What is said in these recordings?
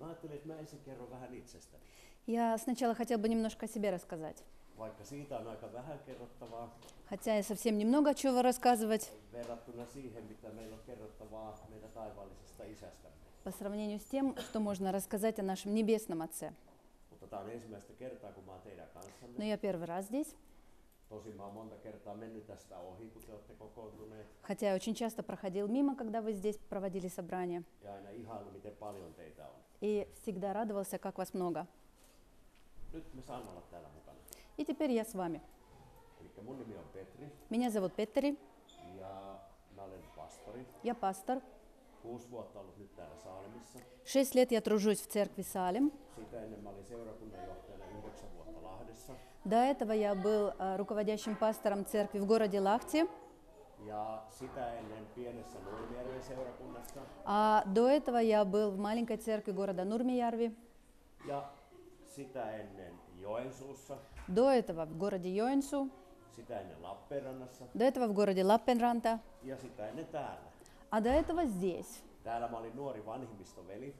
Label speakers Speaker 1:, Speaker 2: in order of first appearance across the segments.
Speaker 1: ajattelin, että mä ensin kerron vähän itsestäni.
Speaker 2: Я сначала хотела бы немножко о себе рассказать.
Speaker 1: Vaikka siitä on aika vähän kerrottavaa
Speaker 2: Хотя и совсем немного чего рассказывать
Speaker 1: verrattuna siihen, mitä meillä on kerrottavaa meidän taivaallisesta isästämme.
Speaker 2: по сравнению с тем, что можно рассказать о нашем небесном Отце.
Speaker 1: Mutta tämä on ensimmäistä kertaa, kun mä oon teidän kanssanne.
Speaker 2: Но я первый раз здесь,
Speaker 1: Tosin mä oon monta kertaa mennyt tästä ohi, kun te olette kokoontuneet.
Speaker 2: хотя я очень часто проходил мимо, когда вы здесь проводили собрание,
Speaker 1: Ja aina ihailu, miten paljon teitä on.
Speaker 2: и всегда радовался, как вас много.
Speaker 1: Nyt me saan olla täällä mukana.
Speaker 2: И теперь я с вами.
Speaker 1: Eli mun nimi on Petri
Speaker 2: Меня зовут Петтери,
Speaker 1: ja mä olen pastori.
Speaker 2: я пастор.
Speaker 1: Kuusi vuotta ollut nyt täällä Saalemissa.
Speaker 2: Шесть лет я тружусь в церкви Салем.
Speaker 1: Sitä ennen mä olin seurakunnanjohtajana yhdeksän vuotta Lahdessa.
Speaker 2: До этого я был э, руководящим пастором церкви в городе Лахти,
Speaker 1: Ja sitä ennen pienessä Nurmijärven seurakunnassa.
Speaker 2: а до этого я был в маленькой церкви города Нурмиярви,
Speaker 1: Ja sitä ennen Joensuussa.
Speaker 2: до этого в городе Йоинсу,
Speaker 1: Sitä ennen Lappeenrannassa.
Speaker 2: до этого в городе Лаппенранта,
Speaker 1: Ja sitä ennen täällä.
Speaker 2: а до этого здесь.
Speaker 1: Täällä mä olin nuori vanhimmistoveli.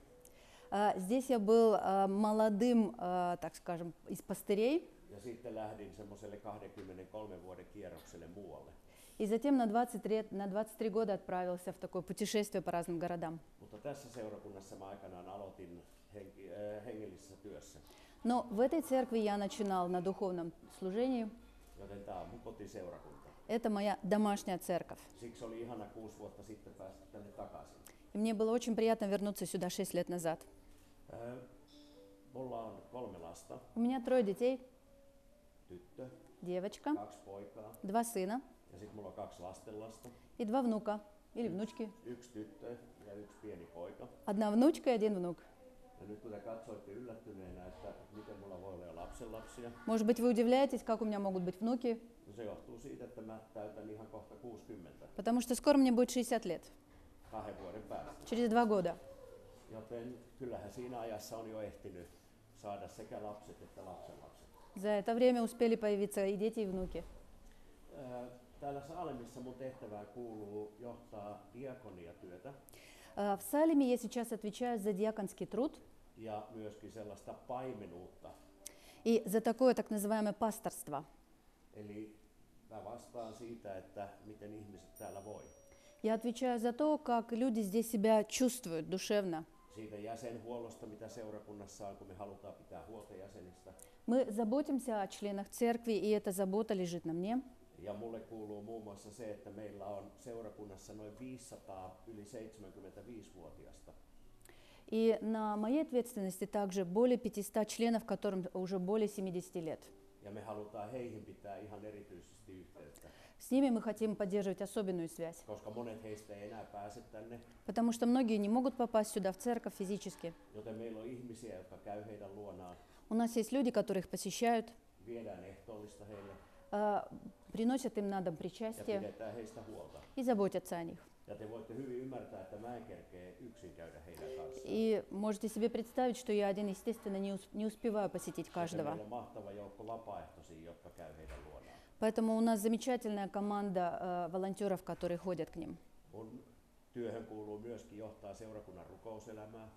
Speaker 2: А, Здесь я был а, молодым, а, так скажем, из пастырей,
Speaker 1: Ja sitten lähdin semmoiselle 23 vuoden kierrokselle muualle.
Speaker 2: и затем на 23, лет- на 23 года отправился в такое путешествие по разным городам.
Speaker 1: Mutta tässä seurakunnassa mä aikanaan aloitin henki, äh, hengellisessä työssä.
Speaker 2: Но в этой церкви я начинал на духовном служении.
Speaker 1: Joten tämä on mun kotiseurakunta.
Speaker 2: Это моя домашняя церковь.
Speaker 1: Siksi oli ihana kuusi vuotta sitten päästä tänne takaisin.
Speaker 2: И мне было очень приятно вернуться сюда 6 лет назад.
Speaker 1: Äh, Mulla on kolme lasta,
Speaker 2: У меня трое детей,
Speaker 1: tyttö,
Speaker 2: девочка,
Speaker 1: kaksi poikaa
Speaker 2: два сына
Speaker 1: ja sitten mulla on kaksi lastenlasta,
Speaker 2: и два внука или внучки.
Speaker 1: yksi tyttö ja yksi pieni poika.
Speaker 2: Одна внучка и один внук.
Speaker 1: Ja nyt kun te katsoitte yllättyneenä, että miten mulla voi olla jo lapsenlapsia,
Speaker 2: Может быть, вы удивляетесь, как у меня могут быть внуки,
Speaker 1: no se johtuu siitä, että mä täytän ihan kohta 60
Speaker 2: потому что скоро мне будет 60 лет,
Speaker 1: kahden vuoden päästä.
Speaker 2: через два года.
Speaker 1: Joten kyllähän siinä ajassa on jo ehtinyt saada sekä lapset että lapsenlapset.
Speaker 2: За это время успели появиться и дети, и внуки.
Speaker 1: Ää, Täällä Saalemissa mun tehtävää kuuluu johtaa diakoniatyötä
Speaker 2: А, В Салеме я сейчас отвечаю за диаконский труд
Speaker 1: ja myöskin sellaista paimenuutta.
Speaker 2: и за такое так называемое пасторство.
Speaker 1: Eli mä vastaan siitä, että miten ihmiset täällä voi.
Speaker 2: Я отвечаю за то, как люди здесь себя чувствуют душевно.
Speaker 1: Siitä jäsenhuollosta, mitä seurakunnassa on, kun me halutaan pitää huolta jäsenistä.
Speaker 2: Мы заботимся о членах церкви, и эта забота лежит на мне.
Speaker 1: Ja mulle kuuluu muun muassa se, että meillä on seurakunnassa noin 500 yli 75-vuotiasta.
Speaker 2: И на моей ответственности также более 500 членов, которым уже более 70 лет.
Speaker 1: Ja me halutaan heihin pitää ihan erityisesti yhteyttä,
Speaker 2: С ними мы хотим поддерживать особенную связь,
Speaker 1: koska monet heistä ei enää pääse tänne,
Speaker 2: потому что многие не могут попасть сюда, в церковь, физически.
Speaker 1: joten meillä on ihmisiä, jotka käy heidän luonaan,
Speaker 2: У нас есть люди, которые их посещают,
Speaker 1: viedään ehtoollista heille
Speaker 2: а, приносят им на дом
Speaker 1: ja
Speaker 2: причастие
Speaker 1: pidetään heistä huolta.
Speaker 2: и заботятся о них.
Speaker 1: Ja te voitte hyvin ymmärtää, että mä en kerkee yksin käydä heidän kanssaan.
Speaker 2: И можете себе представить, что я один, естественно, не, ус- не успеваю посетить
Speaker 1: Joten
Speaker 2: каждого.
Speaker 1: meillä on mahtava joukko vapaaehtoisia, jotka käy heidän luonaan.
Speaker 2: Поэтому у нас замечательная команда э, волонтеров, которые ходят к ним.
Speaker 1: Mun työhön kuuluu myöskin johtaa seurakunnan rukouselämää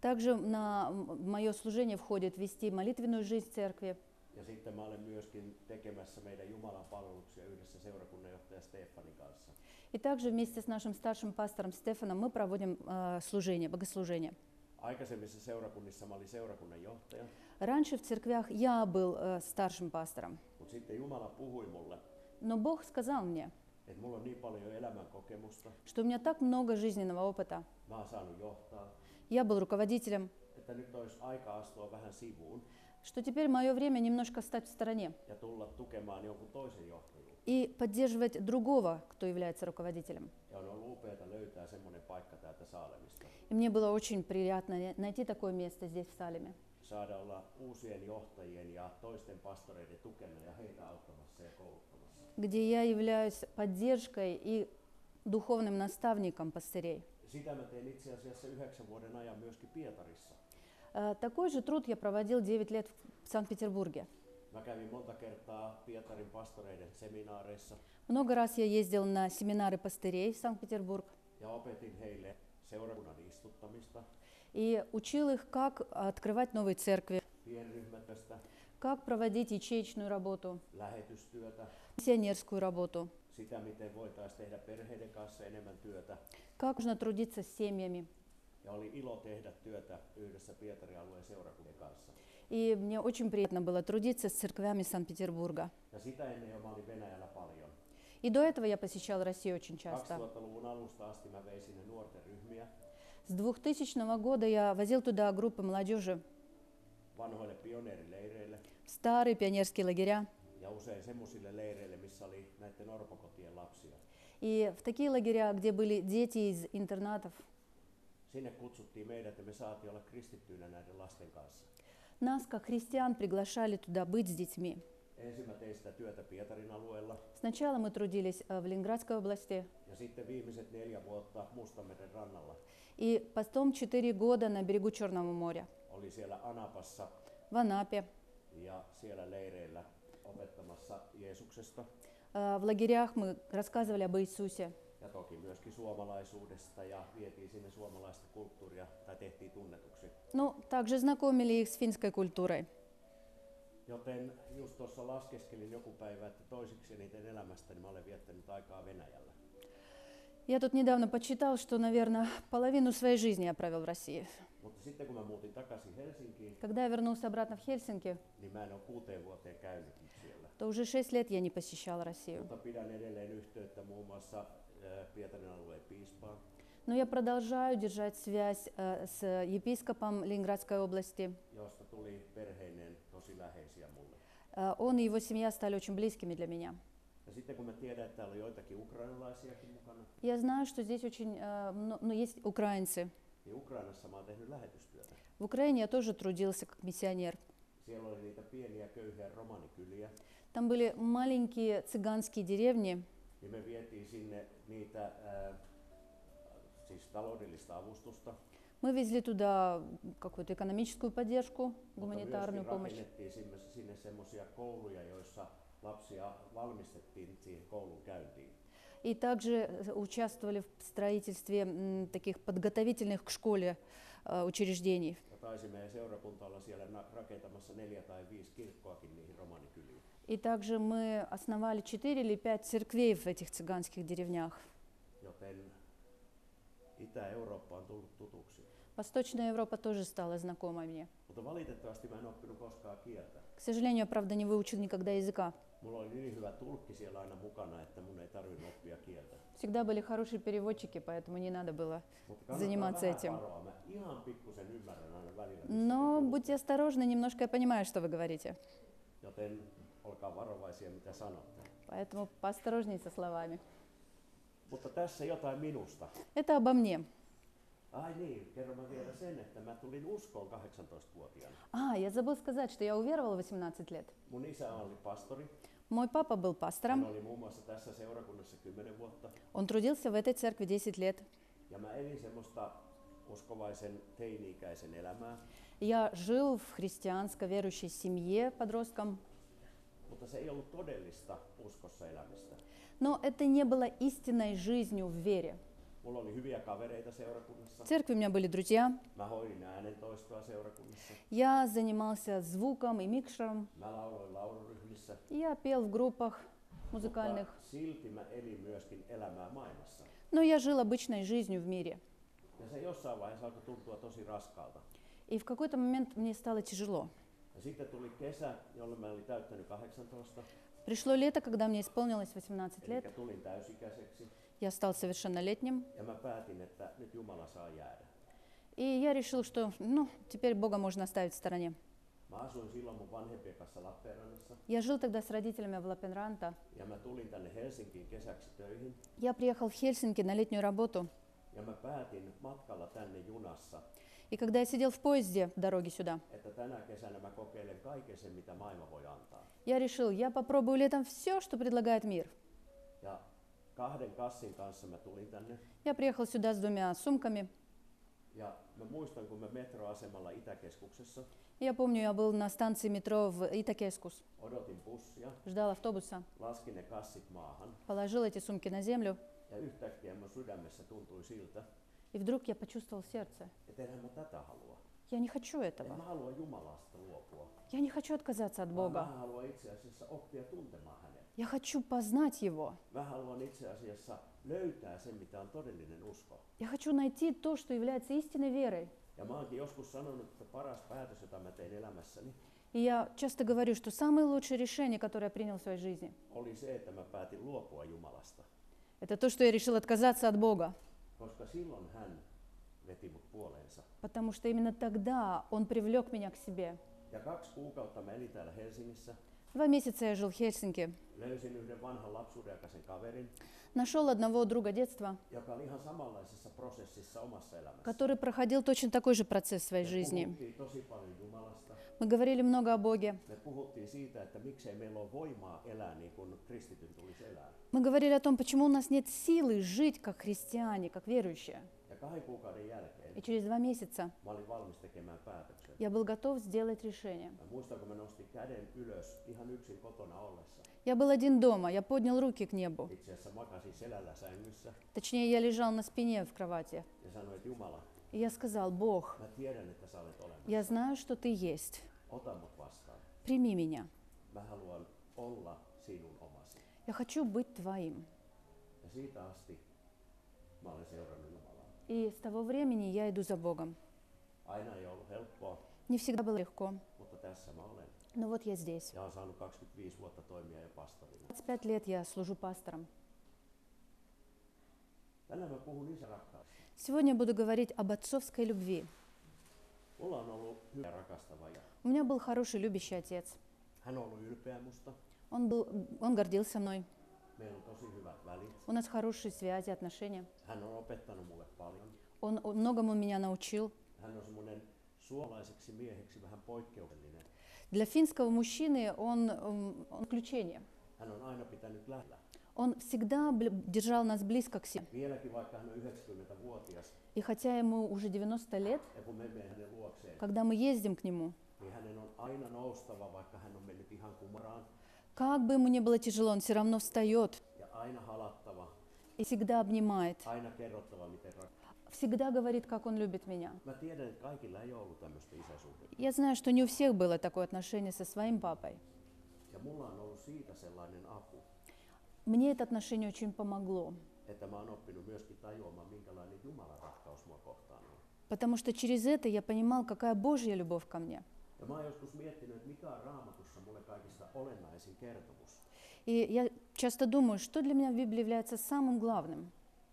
Speaker 2: Также на мое служение входит вести молитвенную жизнь церкви.
Speaker 1: ja sitten mä olen myöskin tekemässä meidän Jumalan palveluksia yhdessä seurakunnanjohtaja Stefanin kanssa.
Speaker 2: И также вместе с нашим старшим пастором Стефаном мы проводим э, служение, богослужение.
Speaker 1: Aikaisemmissa seurakunnissa mä olin seurakunnanjohtaja,
Speaker 2: Раньше в церквях я был э, старшим пастором,
Speaker 1: mutta sitten Jumala puhui mulle,
Speaker 2: но Бог сказал мне,
Speaker 1: että mulla on niin paljon jo elämän kokemusta,
Speaker 2: что у меня так много жизненного опыта.
Speaker 1: mä oon saanut johtaa,
Speaker 2: Я был руководителем,
Speaker 1: että nyt olisi aika astua vähän sivuun
Speaker 2: что теперь мое время немножко стать в стороне
Speaker 1: ja tulla tukemaan jonkun toisen johtajuutta.
Speaker 2: и поддерживать другого, кто является руководителем.
Speaker 1: Ja on ollut upeata löytää semmoinen paikka täältä Saalemista.
Speaker 2: И мне было очень приятно не- найти такое место здесь, в Салеме.
Speaker 1: Saada olla uusien johtajien ja toisten pastoreiden tukena ja heitä auttamassa ja kouluttamassa.
Speaker 2: где я являюсь поддержкой и духовным наставником пастырей.
Speaker 1: Sitä mä tein itse asiassa yhdeksän vuoden ajan myöskin Pietarissa.
Speaker 2: Э, Такой же труд я проводил 9 лет в Санкт-Петербурге.
Speaker 1: Mä kävin monta kertaa Pietarin pastoreiden seminaareissa
Speaker 2: Много раз я ездил на семинары пастырей в Санкт-Петербург
Speaker 1: ja opetin heille seurakunnan istuttamista,
Speaker 2: и и учил их, как открывать новые церкви,
Speaker 1: pienryhmätyöstä,
Speaker 2: как проводить ячеечную работу,
Speaker 1: lähetystyötä,
Speaker 2: миссионерскую работу,
Speaker 1: sitä miten voitaisiin tehdä perheiden kanssa enemmän työtä.
Speaker 2: как нужно трудиться с семьями.
Speaker 1: Ja oli ilo tehdä työtä yhdessä Pietarin alueen seurakuntien kanssa.
Speaker 2: И мне очень приятно было трудиться с церквями Санкт-Петербурга.
Speaker 1: Ja sitä ennen jo mä olin Venäjällä paljon.
Speaker 2: И до этого я посещала Россию очень часто.
Speaker 1: 2000-luvun alusta asti mä vein sinne nuorten ryhmiä
Speaker 2: С 2000 года я возил туда группы молодежи
Speaker 1: vanhoille pioneerileireille
Speaker 2: в старые пионерские лагеря.
Speaker 1: ja usein semmoisille leireille, missä oli näiden orpokotien lapsia.
Speaker 2: И в такие лагеря, где были дети из интернатов.
Speaker 1: Sinne kutsuttiin meidät ja me saatiin olla kristittyinä näiden lasten kanssa.
Speaker 2: Нас, как христиан, приглашали туда быть с детьми.
Speaker 1: Ensin mä tein sitä työtä Pietarin alueella
Speaker 2: Сначала мы трудились э, в Ленинградской области,
Speaker 1: ja sitten viimeiset neljä vuotta Mustanmeren rannalla.
Speaker 2: и потом 4 года на берегу Черного моря,
Speaker 1: Oli siellä Anapassa
Speaker 2: в Анапе,
Speaker 1: ja siellä leireillä opettamassa Jeesuksesta
Speaker 2: Э, В лагерях мы рассказывали об Иисусе.
Speaker 1: ja toki myöskin suomalaisuudesta ja vietiin sinne suomalaista kulttuuria tai tehtiin tunnetuksi.
Speaker 2: Ну, также знакомили их с финской культурой.
Speaker 1: Joten just tuossa laskeskelin joku päivä, että toisiksi eniten elämästäni mä olen viettänyt aikaa Venäjällä.
Speaker 2: Я тут недавно подсчитал, что, наверное, половину своей жизни я провел в России.
Speaker 1: Mutta sitten kun mä muutin takaisin Helsinkiin,
Speaker 2: Когда я вернулся обратно в Хельсинки,
Speaker 1: niin mä en ole kuuteen vuoteen käynyt nyt siellä.
Speaker 2: то уже 6 лет я не посещала Россию.
Speaker 1: Mutta pidän edelleen yhteyttä muun muassa äh, Pietarin alueen piispaan.
Speaker 2: Но я продолжаю держать связь э, с епископом Ленинградской области.
Speaker 1: josta tuli perheineen tosi läheisiä mulle.
Speaker 2: Э, Он и его семья стали очень близкими для меня.
Speaker 1: Ja sitten kun mä tiedän, että täällä on joitakin ukrainalaisiakin mukana,
Speaker 2: Я знаю, что здесь очень, э, мно- ну, есть украинцы.
Speaker 1: niin Ukrainassa mä oon tehnyt lähetystyötä.
Speaker 2: В Украине я тоже трудился как миссионер.
Speaker 1: Siellä oli niitä pieniä köyhiä romanikyliä,
Speaker 2: Там были маленькие цыганские деревни,
Speaker 1: niin me vietiin sinne niitä ää, siis taloudellista avustusta,
Speaker 2: Мы везли туда какую-то экономическую поддержку,
Speaker 1: mutta
Speaker 2: гуманитарную
Speaker 1: myöskin
Speaker 2: помощь.
Speaker 1: rakennettiin sinne, sinne semmoisia kouluja, joissa lapsia valmistettiin siihen koulun käyntiin.
Speaker 2: И также э, участвовали в строительстве м, таких подготовительных к школе э, учреждений.
Speaker 1: Ja taisi meidän seurakunta olla siellä na- rakentamassa neljä tai viisi kirkkoakin niihin romanikyliin.
Speaker 2: И также мы основали 4 или 5 церквей в этих цыганских деревнях.
Speaker 1: joten Itä-Eurooppa on tullut tutuksi.
Speaker 2: Восточная Европа тоже стала знакомой мне.
Speaker 1: Mutta valitettavasti mä en oppinut koskaan kieltä.
Speaker 2: К сожалению, я, правда, не выучил никогда языка.
Speaker 1: Mulla oli niin hyvä tulkki siellä aina mukana, että mun ei tarvinnut oppia kieltä.
Speaker 2: Всегда были хорошие переводчики, поэтому не надо было.
Speaker 1: Mutta
Speaker 2: Zenimaan
Speaker 1: kannattaa vähän
Speaker 2: seitsemän.
Speaker 1: varoa. Mä ihan pikkusen ymmärrän aina välillä. missä
Speaker 2: Но
Speaker 1: te
Speaker 2: будьте
Speaker 1: puhutte.
Speaker 2: осторожны, немножко я понимаю, что вы говорите.
Speaker 1: Joten olkaa varovaisia, mitä sanotte.
Speaker 2: Поэтому поосторожнее со словами.
Speaker 1: Mutta tässä jotain minusta.
Speaker 2: Это обо мне.
Speaker 1: Ai niin, kerron mä vielä sen, että mä tulin uskoon 18-vuotiaana.
Speaker 2: А, я забыл сказать, что я уверовала в 18 лет.
Speaker 1: Mun isä oli pastori.
Speaker 2: Мой папа был
Speaker 1: Hän
Speaker 2: пастором,
Speaker 1: oli muun muassa tässä seurakunnassa 10 vuotta.
Speaker 2: он трудился в этой церкви 10 лет.
Speaker 1: Ja mä elin semmoista uskovaisen teini-ikäisen elämää,
Speaker 2: Я жил в христианско-верующей семье подростком,
Speaker 1: mutta se ei ollut todellista uskossa elämistä.
Speaker 2: но это не было истинной жизнью в вере.
Speaker 1: Mulla oli hyviä kavereita seurakunnassa.
Speaker 2: В церкви у меня были друзья,
Speaker 1: Mä hoidin äänentoistoa seurakunnassa.
Speaker 2: я занимался звуком и микшером,
Speaker 1: Mä lauloin laururyhmissä.
Speaker 2: я пел в группах музыкальных,
Speaker 1: Mutta silti mä elin myöskin elämää maailmassa.
Speaker 2: но я жил обычной жизнью в мире.
Speaker 1: Ja se jossain vaiheessa alkoi tuntua tosi raskaalta.
Speaker 2: И в какой-то момент мне стало тяжело.
Speaker 1: Ja sitten tuli kesä, jolloin mä olin täyttänyt 18,
Speaker 2: Пришло лето, когда мне исполнилось 18
Speaker 1: eli
Speaker 2: лет,
Speaker 1: tulin täysikäiseksi.
Speaker 2: я стал совершеннолетним,
Speaker 1: Ja mä päätin, että nyt Jumala saa jäädä.
Speaker 2: И я решил, что, ну, теперь Бога можно оставить в стороне.
Speaker 1: Mä asuin silloin mun vanhempien kanssa Lappeenrannassa.
Speaker 2: Я жил тогда с родителями в Лапенранта.
Speaker 1: Ja mä tulin tänne Helsinkiin kesäksi töihin
Speaker 2: Я приехал в Хельсинки на летнюю работу.
Speaker 1: ja mä päätin matkalla tänne junassa,
Speaker 2: И когда я сидел в поезде в дороге сюда,
Speaker 1: että tänä kesänä mä kokeilen kaiken sen, mitä maailma voi antaa.
Speaker 2: я решил, я попробую летом все, что предлагает мир.
Speaker 1: Ja kahden kassin kanssa mä tulin tänne
Speaker 2: Я приехал сюда с двумя сумками.
Speaker 1: ja mä muistan, kun mä metroasemalla Itäkeskuksessa
Speaker 2: Я помню, я был на станции метро в Итакескус,
Speaker 1: odotin bussia,
Speaker 2: ждал автобуса,
Speaker 1: laskin ne kassit maahan
Speaker 2: положил эти сумки на землю.
Speaker 1: ja yhtäkkiä mun sydämessä tuntui siltä,
Speaker 2: И вдруг я почувствовал сердце.
Speaker 1: Että enhän mä tätä halua.
Speaker 2: Я не хочу
Speaker 1: En mä
Speaker 2: этого.
Speaker 1: halua Jumalasta luopua.
Speaker 2: Я не хочу отказаться от
Speaker 1: Vaan mä
Speaker 2: Бога.
Speaker 1: haluan itse asiassa oppia tuntemaan hänet.
Speaker 2: Я хочу познать Его.
Speaker 1: Mä haluan itse asiassa löytää sen, mitä on todellinen usko.
Speaker 2: Я хочу найти то, что является истинной верой.
Speaker 1: Ja mä oonkin joskus sanonut, että paras päätös, jota mä tein elämässäni,
Speaker 2: И я часто говорю, что самое лучшее решение, которое я принял в своей жизни,
Speaker 1: oli se, että mä päätin luopua Jumalasta.
Speaker 2: это то, что я решил отказаться от Бога.
Speaker 1: Koska silloin hän veti mut puoleensa.
Speaker 2: Потому что именно тогда Он привлек меня к себе.
Speaker 1: Ja kaksi kuukautta mä elin täällä Helsingissä.
Speaker 2: Два месяца я жил в Хельсинки.
Speaker 1: Löysin yhden vanhan lapsuudenaikaisen kaverin,
Speaker 2: Нашел одного друга детства,
Speaker 1: joka oli ihan samanlaisessa prosessissa omassa elämässä.
Speaker 2: который проходил точно такой же процесс в
Speaker 1: Me
Speaker 2: своей жизни.
Speaker 1: puhuttiin tosi paljon Jumalasta.
Speaker 2: Мы говорили много о Боге.
Speaker 1: Me puhuttiin siitä, että miksei meillä ole voimaa elää niin kuin kristityn tulisi elää.
Speaker 2: Мы говорили о том, почему у нас нет силы жить как христиане, как верующие.
Speaker 1: Ja kahden kuukauden jälkeen
Speaker 2: И через два месяца
Speaker 1: mä olin valmis tekemään päätöksen.
Speaker 2: я был готов сделать решение.
Speaker 1: Mä muistan, kun mä nostin käden ylös ihan yksin kotona ollessa.
Speaker 2: Я был один дома, я поднял руки к небу.
Speaker 1: Itse asiassa makasin selällä sängyssä
Speaker 2: Точнее, я лежал на спине в кровати.
Speaker 1: ja sanoin, että Jumala,
Speaker 2: И я сказал, Бог,
Speaker 1: mä tiedän, että sä olet
Speaker 2: я
Speaker 1: olemassa.
Speaker 2: знаю, что Ты есть.
Speaker 1: Ota mut vastaan.
Speaker 2: Прими меня.
Speaker 1: Mä haluan olla sinun omasi.
Speaker 2: Я хочу быть Твоим.
Speaker 1: Ja siitä asti mä olen seurannut Jumalaa.
Speaker 2: И с того времени я иду за Богом.
Speaker 1: Aina ei ollut helppoa,
Speaker 2: Не всегда было легко,
Speaker 1: mutta tässä mä olen.
Speaker 2: но вот я здесь.
Speaker 1: Ja olen saanut 25 vuotta toimia ja pastorina.
Speaker 2: 25 лет я служу пастором.
Speaker 1: Tänään mä puhun isärakkaasta.
Speaker 2: Сегодня я буду говорить об отцовской любви.
Speaker 1: Mulla on ollut hyvä ja rakastava ja
Speaker 2: У меня был хороший любящий отец.
Speaker 1: hän on ollut ylpeä musta.
Speaker 2: Он, был, он гордился мной.
Speaker 1: Meillä on tosi hyvät välit.
Speaker 2: У нас хорошие связи, отношения.
Speaker 1: Hän on opettanut mulle paljon.
Speaker 2: Он, он многому меня научил.
Speaker 1: Hän on semmoinen suomalaiseksi mieheksi vähän poikkeuksellinen.
Speaker 2: Для финского мужчины он, м, он исключение.
Speaker 1: Hän on aina pitänyt lähellä.
Speaker 2: Он всегда бл- держал нас близко к себе.
Speaker 1: Vieläkin vaikka hän on 90-vuotias
Speaker 2: И хотя ему уже 90 лет,
Speaker 1: ja kun me menemme hänen luokseen,
Speaker 2: когда мы ездим к нему,
Speaker 1: niin hänen on aina noustava, vaikka hän on mennyt ihan kumaraan.
Speaker 2: как бы ему ни было тяжело, он все равно встает
Speaker 1: Ja aina halattava,
Speaker 2: и всегда обнимает.
Speaker 1: aina kerrottava, miten rakastaa.
Speaker 2: Всегда говорит, как он любит меня.
Speaker 1: Mä tiedän, että kaikilla ei ole ollut tämmöistä isäsuhdetta.
Speaker 2: Я знаю, что не у всех было такое отношение со своим папой.
Speaker 1: Ja mulla on ollut siitä sellainen apu,
Speaker 2: Мне это отношение очень помогло,
Speaker 1: että mä oon oppinut myöskin tajuamaan, minkälainen Jumalan rakkaus mua kohtaan on.
Speaker 2: потому что через это я понимал, какая Божья любовь ко мне.
Speaker 1: Ja mä oon joskus miettinyt, että mikä on raamatussa mulle kaikista olennaisin kertomus.
Speaker 2: И я часто думаю, что для меня в Библии является самым главным.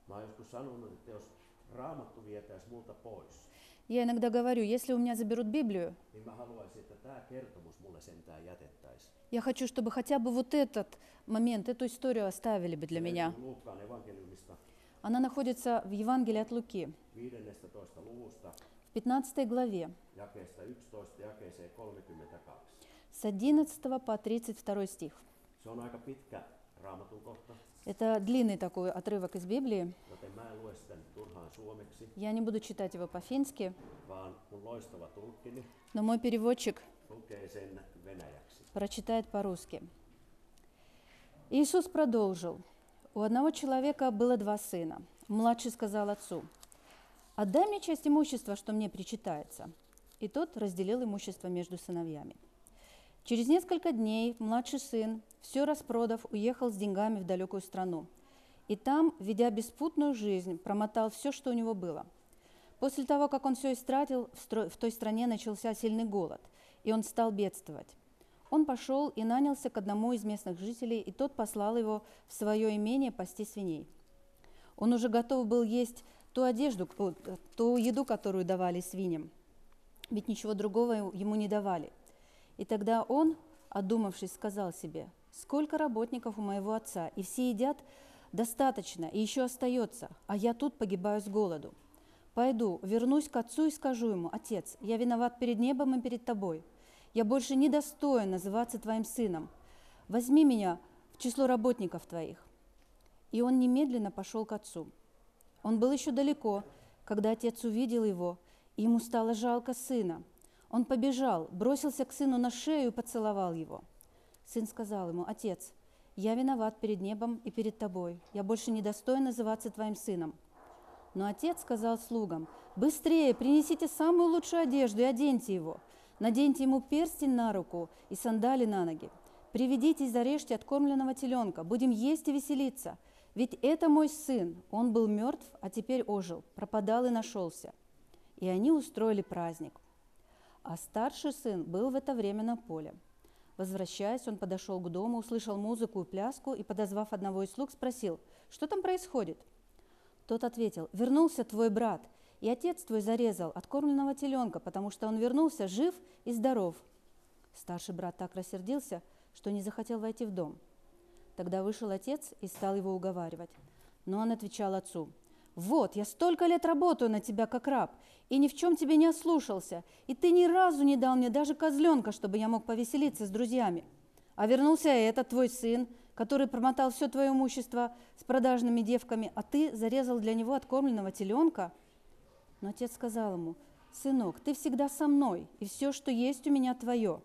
Speaker 1: Mä oon joskus sanonut, että jos raamattu vietäisi multa pois,
Speaker 2: Я иногда говорю, если у меня заберут Библию,
Speaker 1: niin mä haluaisin, että tämä kertomus mulle sentään jätettäisiin.
Speaker 2: я хочу, чтобы хотя бы вот этот момент, эту историю оставили бы для меня.
Speaker 1: Luukkaan evankeliumista
Speaker 2: Она находится в Евангелии от Луки,
Speaker 1: 15. luvusta
Speaker 2: в 15 главе,
Speaker 1: jakeesta 11 jakeeseen 32.
Speaker 2: с 11 по 32 стих.
Speaker 1: Se on aika pitkä raamatun kohta,
Speaker 2: Это длинный такой отрывок из Библии.
Speaker 1: joten mä en lue sitä nyt turhaan suomeksi,
Speaker 2: Я не буду читать его по-фински,
Speaker 1: vaan mun loistava tulkkini
Speaker 2: но мой переводчик
Speaker 1: lukee sen venäjäksi.
Speaker 2: прочитает по-русски. Иисус продолжил. У одного человека было два сына. Младший сказал отцу, «Отдай мне часть имущества, что мне причитается». И тот разделил имущество между сыновьями. Через несколько дней младший сын, все распродав, уехал с деньгами в далекую страну. И там, ведя беспутную жизнь, промотал все, что у него было. После того, как он все истратил, в, стро- в той стране начался сильный голод, и он стал бедствовать. Он пошел и нанялся к одному из местных жителей, и тот послал его в свое имение пасти свиней. Он уже готов был есть ту одежду, к- о, т- ту еду, которую давали свиньям, ведь ничего другого е- ему не давали. И тогда он, одумавшись, сказал себе, «Сколько работников у моего отца, и все едят достаточно, и еще остается, а я тут погибаю с голоду. Пойду, вернусь к отцу и скажу ему, «Отец, я виноват перед небом и перед тобой. Я больше не достоин называться твоим сыном. Возьми меня в число работников твоих». И он немедленно пошел к отцу. Он был еще далеко, когда отец увидел его, и ему стало жалко сына. Он побежал, бросился к сыну на шею и поцеловал его. Сын сказал ему, «Отец, я виноват перед небом и перед тобой. Я больше не достоин называться твоим сыном». Но отец сказал слугам, «Быстрее принесите самую лучшую одежду и оденьте его. Наденьте ему перстень на руку и сандали на ноги. Приведите и зарежьте откормленного теленка, будем есть и веселиться. Ведь это мой сын, он был мертв, а теперь ожил, пропадал и нашелся». И они устроили праздник. А старший сын был в это время на поле. Возвращаясь, он подошел к дому, услышал музыку и пляску и, подозвав одного из слуг, спросил, что там происходит? Тот ответил, вернулся твой брат, и отец твой зарезал откормленного теленка, потому что он вернулся жив и здоров. Старший брат так рассердился, что не захотел войти в дом. Тогда вышел отец и стал его уговаривать. Но он отвечал отцу, «Вот, я столько лет работаю на тебя как раб, и ни в чем тебе не ослушался, и ты ни разу не дал мне даже козленка, чтобы я мог повеселиться с друзьями. А вернулся этот твой сын, который промотал все твое имущество с продажными девками, а ты зарезал для него откормленного теленка». Но отец сказал ему, «Сынок, ты всегда со мной, и все, что есть у меня, твое.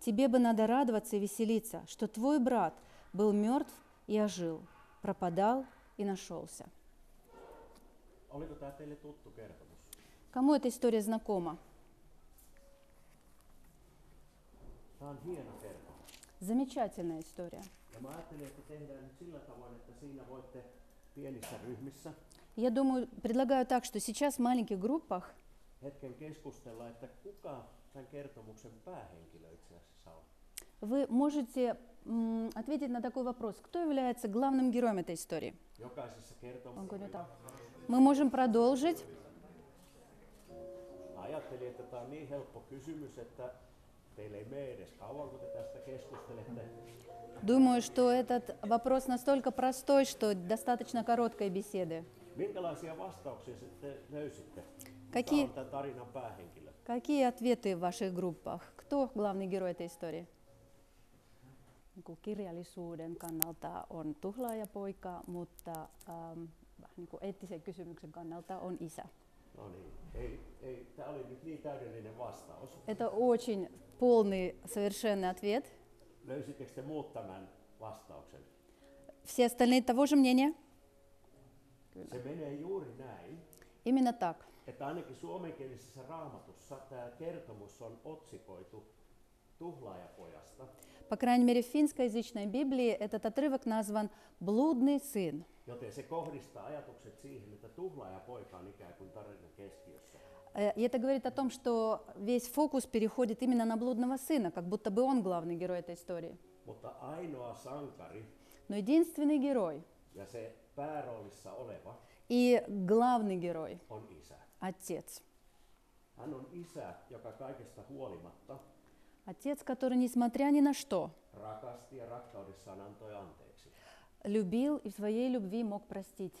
Speaker 2: Тебе бы надо радоваться и веселиться, что твой брат был мертв и ожил, пропадал и нашелся».
Speaker 1: Oliko tämä teille tuttu kertomus?
Speaker 2: Кому эта история знакома?
Speaker 1: Tämä on hieno kertomus.
Speaker 2: Замечательная история.
Speaker 1: Ja mä ajattelin, että tehdään nyt sillä tavoin, että siinä voitte pienissä ryhmissä
Speaker 2: Я думаю, предлагаю так, что сейчас в маленьких группах
Speaker 1: hetken keskustella, että kuka tämän kertomuksen päähenkilö itse asiassa on.
Speaker 2: вы можете м, ответить на такой вопрос, кто является главным героем этой истории.
Speaker 1: Jokaisessa
Speaker 2: Он говорит,
Speaker 1: kertomuksessa
Speaker 2: «Да». Мы можем продолжить.
Speaker 1: mä ajattelin, että tämä on niin helppo kysymys, että teille ei mene edes kauan, kun te tästä keskustelette.
Speaker 2: Думаю, что этот вопрос настолько простой, что достаточно короткой беседы.
Speaker 1: Minkälaisia vastauksia sitten löysitte? Kuka
Speaker 2: Какие,
Speaker 1: on tämän tarinan päähenkilö?
Speaker 2: какие ответы в ваших группах? Кто главный герой этой истории? Niinku kirjallisuuden kannalta on tuhlaajapoika, mutta ähm, vähän niinku eettisen kysymyksen kannalta on isä.
Speaker 1: No niin, ei, ei, tämä oli nyt niin täydellinen vastaus.
Speaker 2: Это очень полный, совершенный ответ.
Speaker 1: Löysittekö te muut tämän vastauksen?
Speaker 2: Все остальные того же мнения?
Speaker 1: Se menee juuri näin,
Speaker 2: Именно так.
Speaker 1: että ainakin suomenkielisessä raamatussa tämä kertomus on otsikoitu tuhlaajapojasta,
Speaker 2: По крайней мере, в финскоязычной Библии этот отрывок назван «блудный сын».
Speaker 1: joten se kohdistaa ajatukset siihen, että tuhlaajapoika on ikään kuin tarinan keskiössä.
Speaker 2: Э, И это говорит о том, что весь фокус переходит именно на блудного сына, как будто бы он главный герой этой истории.
Speaker 1: Mutta ainoa sankari
Speaker 2: Но единственный герой
Speaker 1: ja se pääroolissa oleva
Speaker 2: и главный герой
Speaker 1: on isä.
Speaker 2: – отец.
Speaker 1: Hän on isä, joka kaikesta huolimatta
Speaker 2: Отец, который, несмотря ни на что,
Speaker 1: rakasti ja rakkaudessaan antoi anteeksi.
Speaker 2: любил и в своей любви мог простить.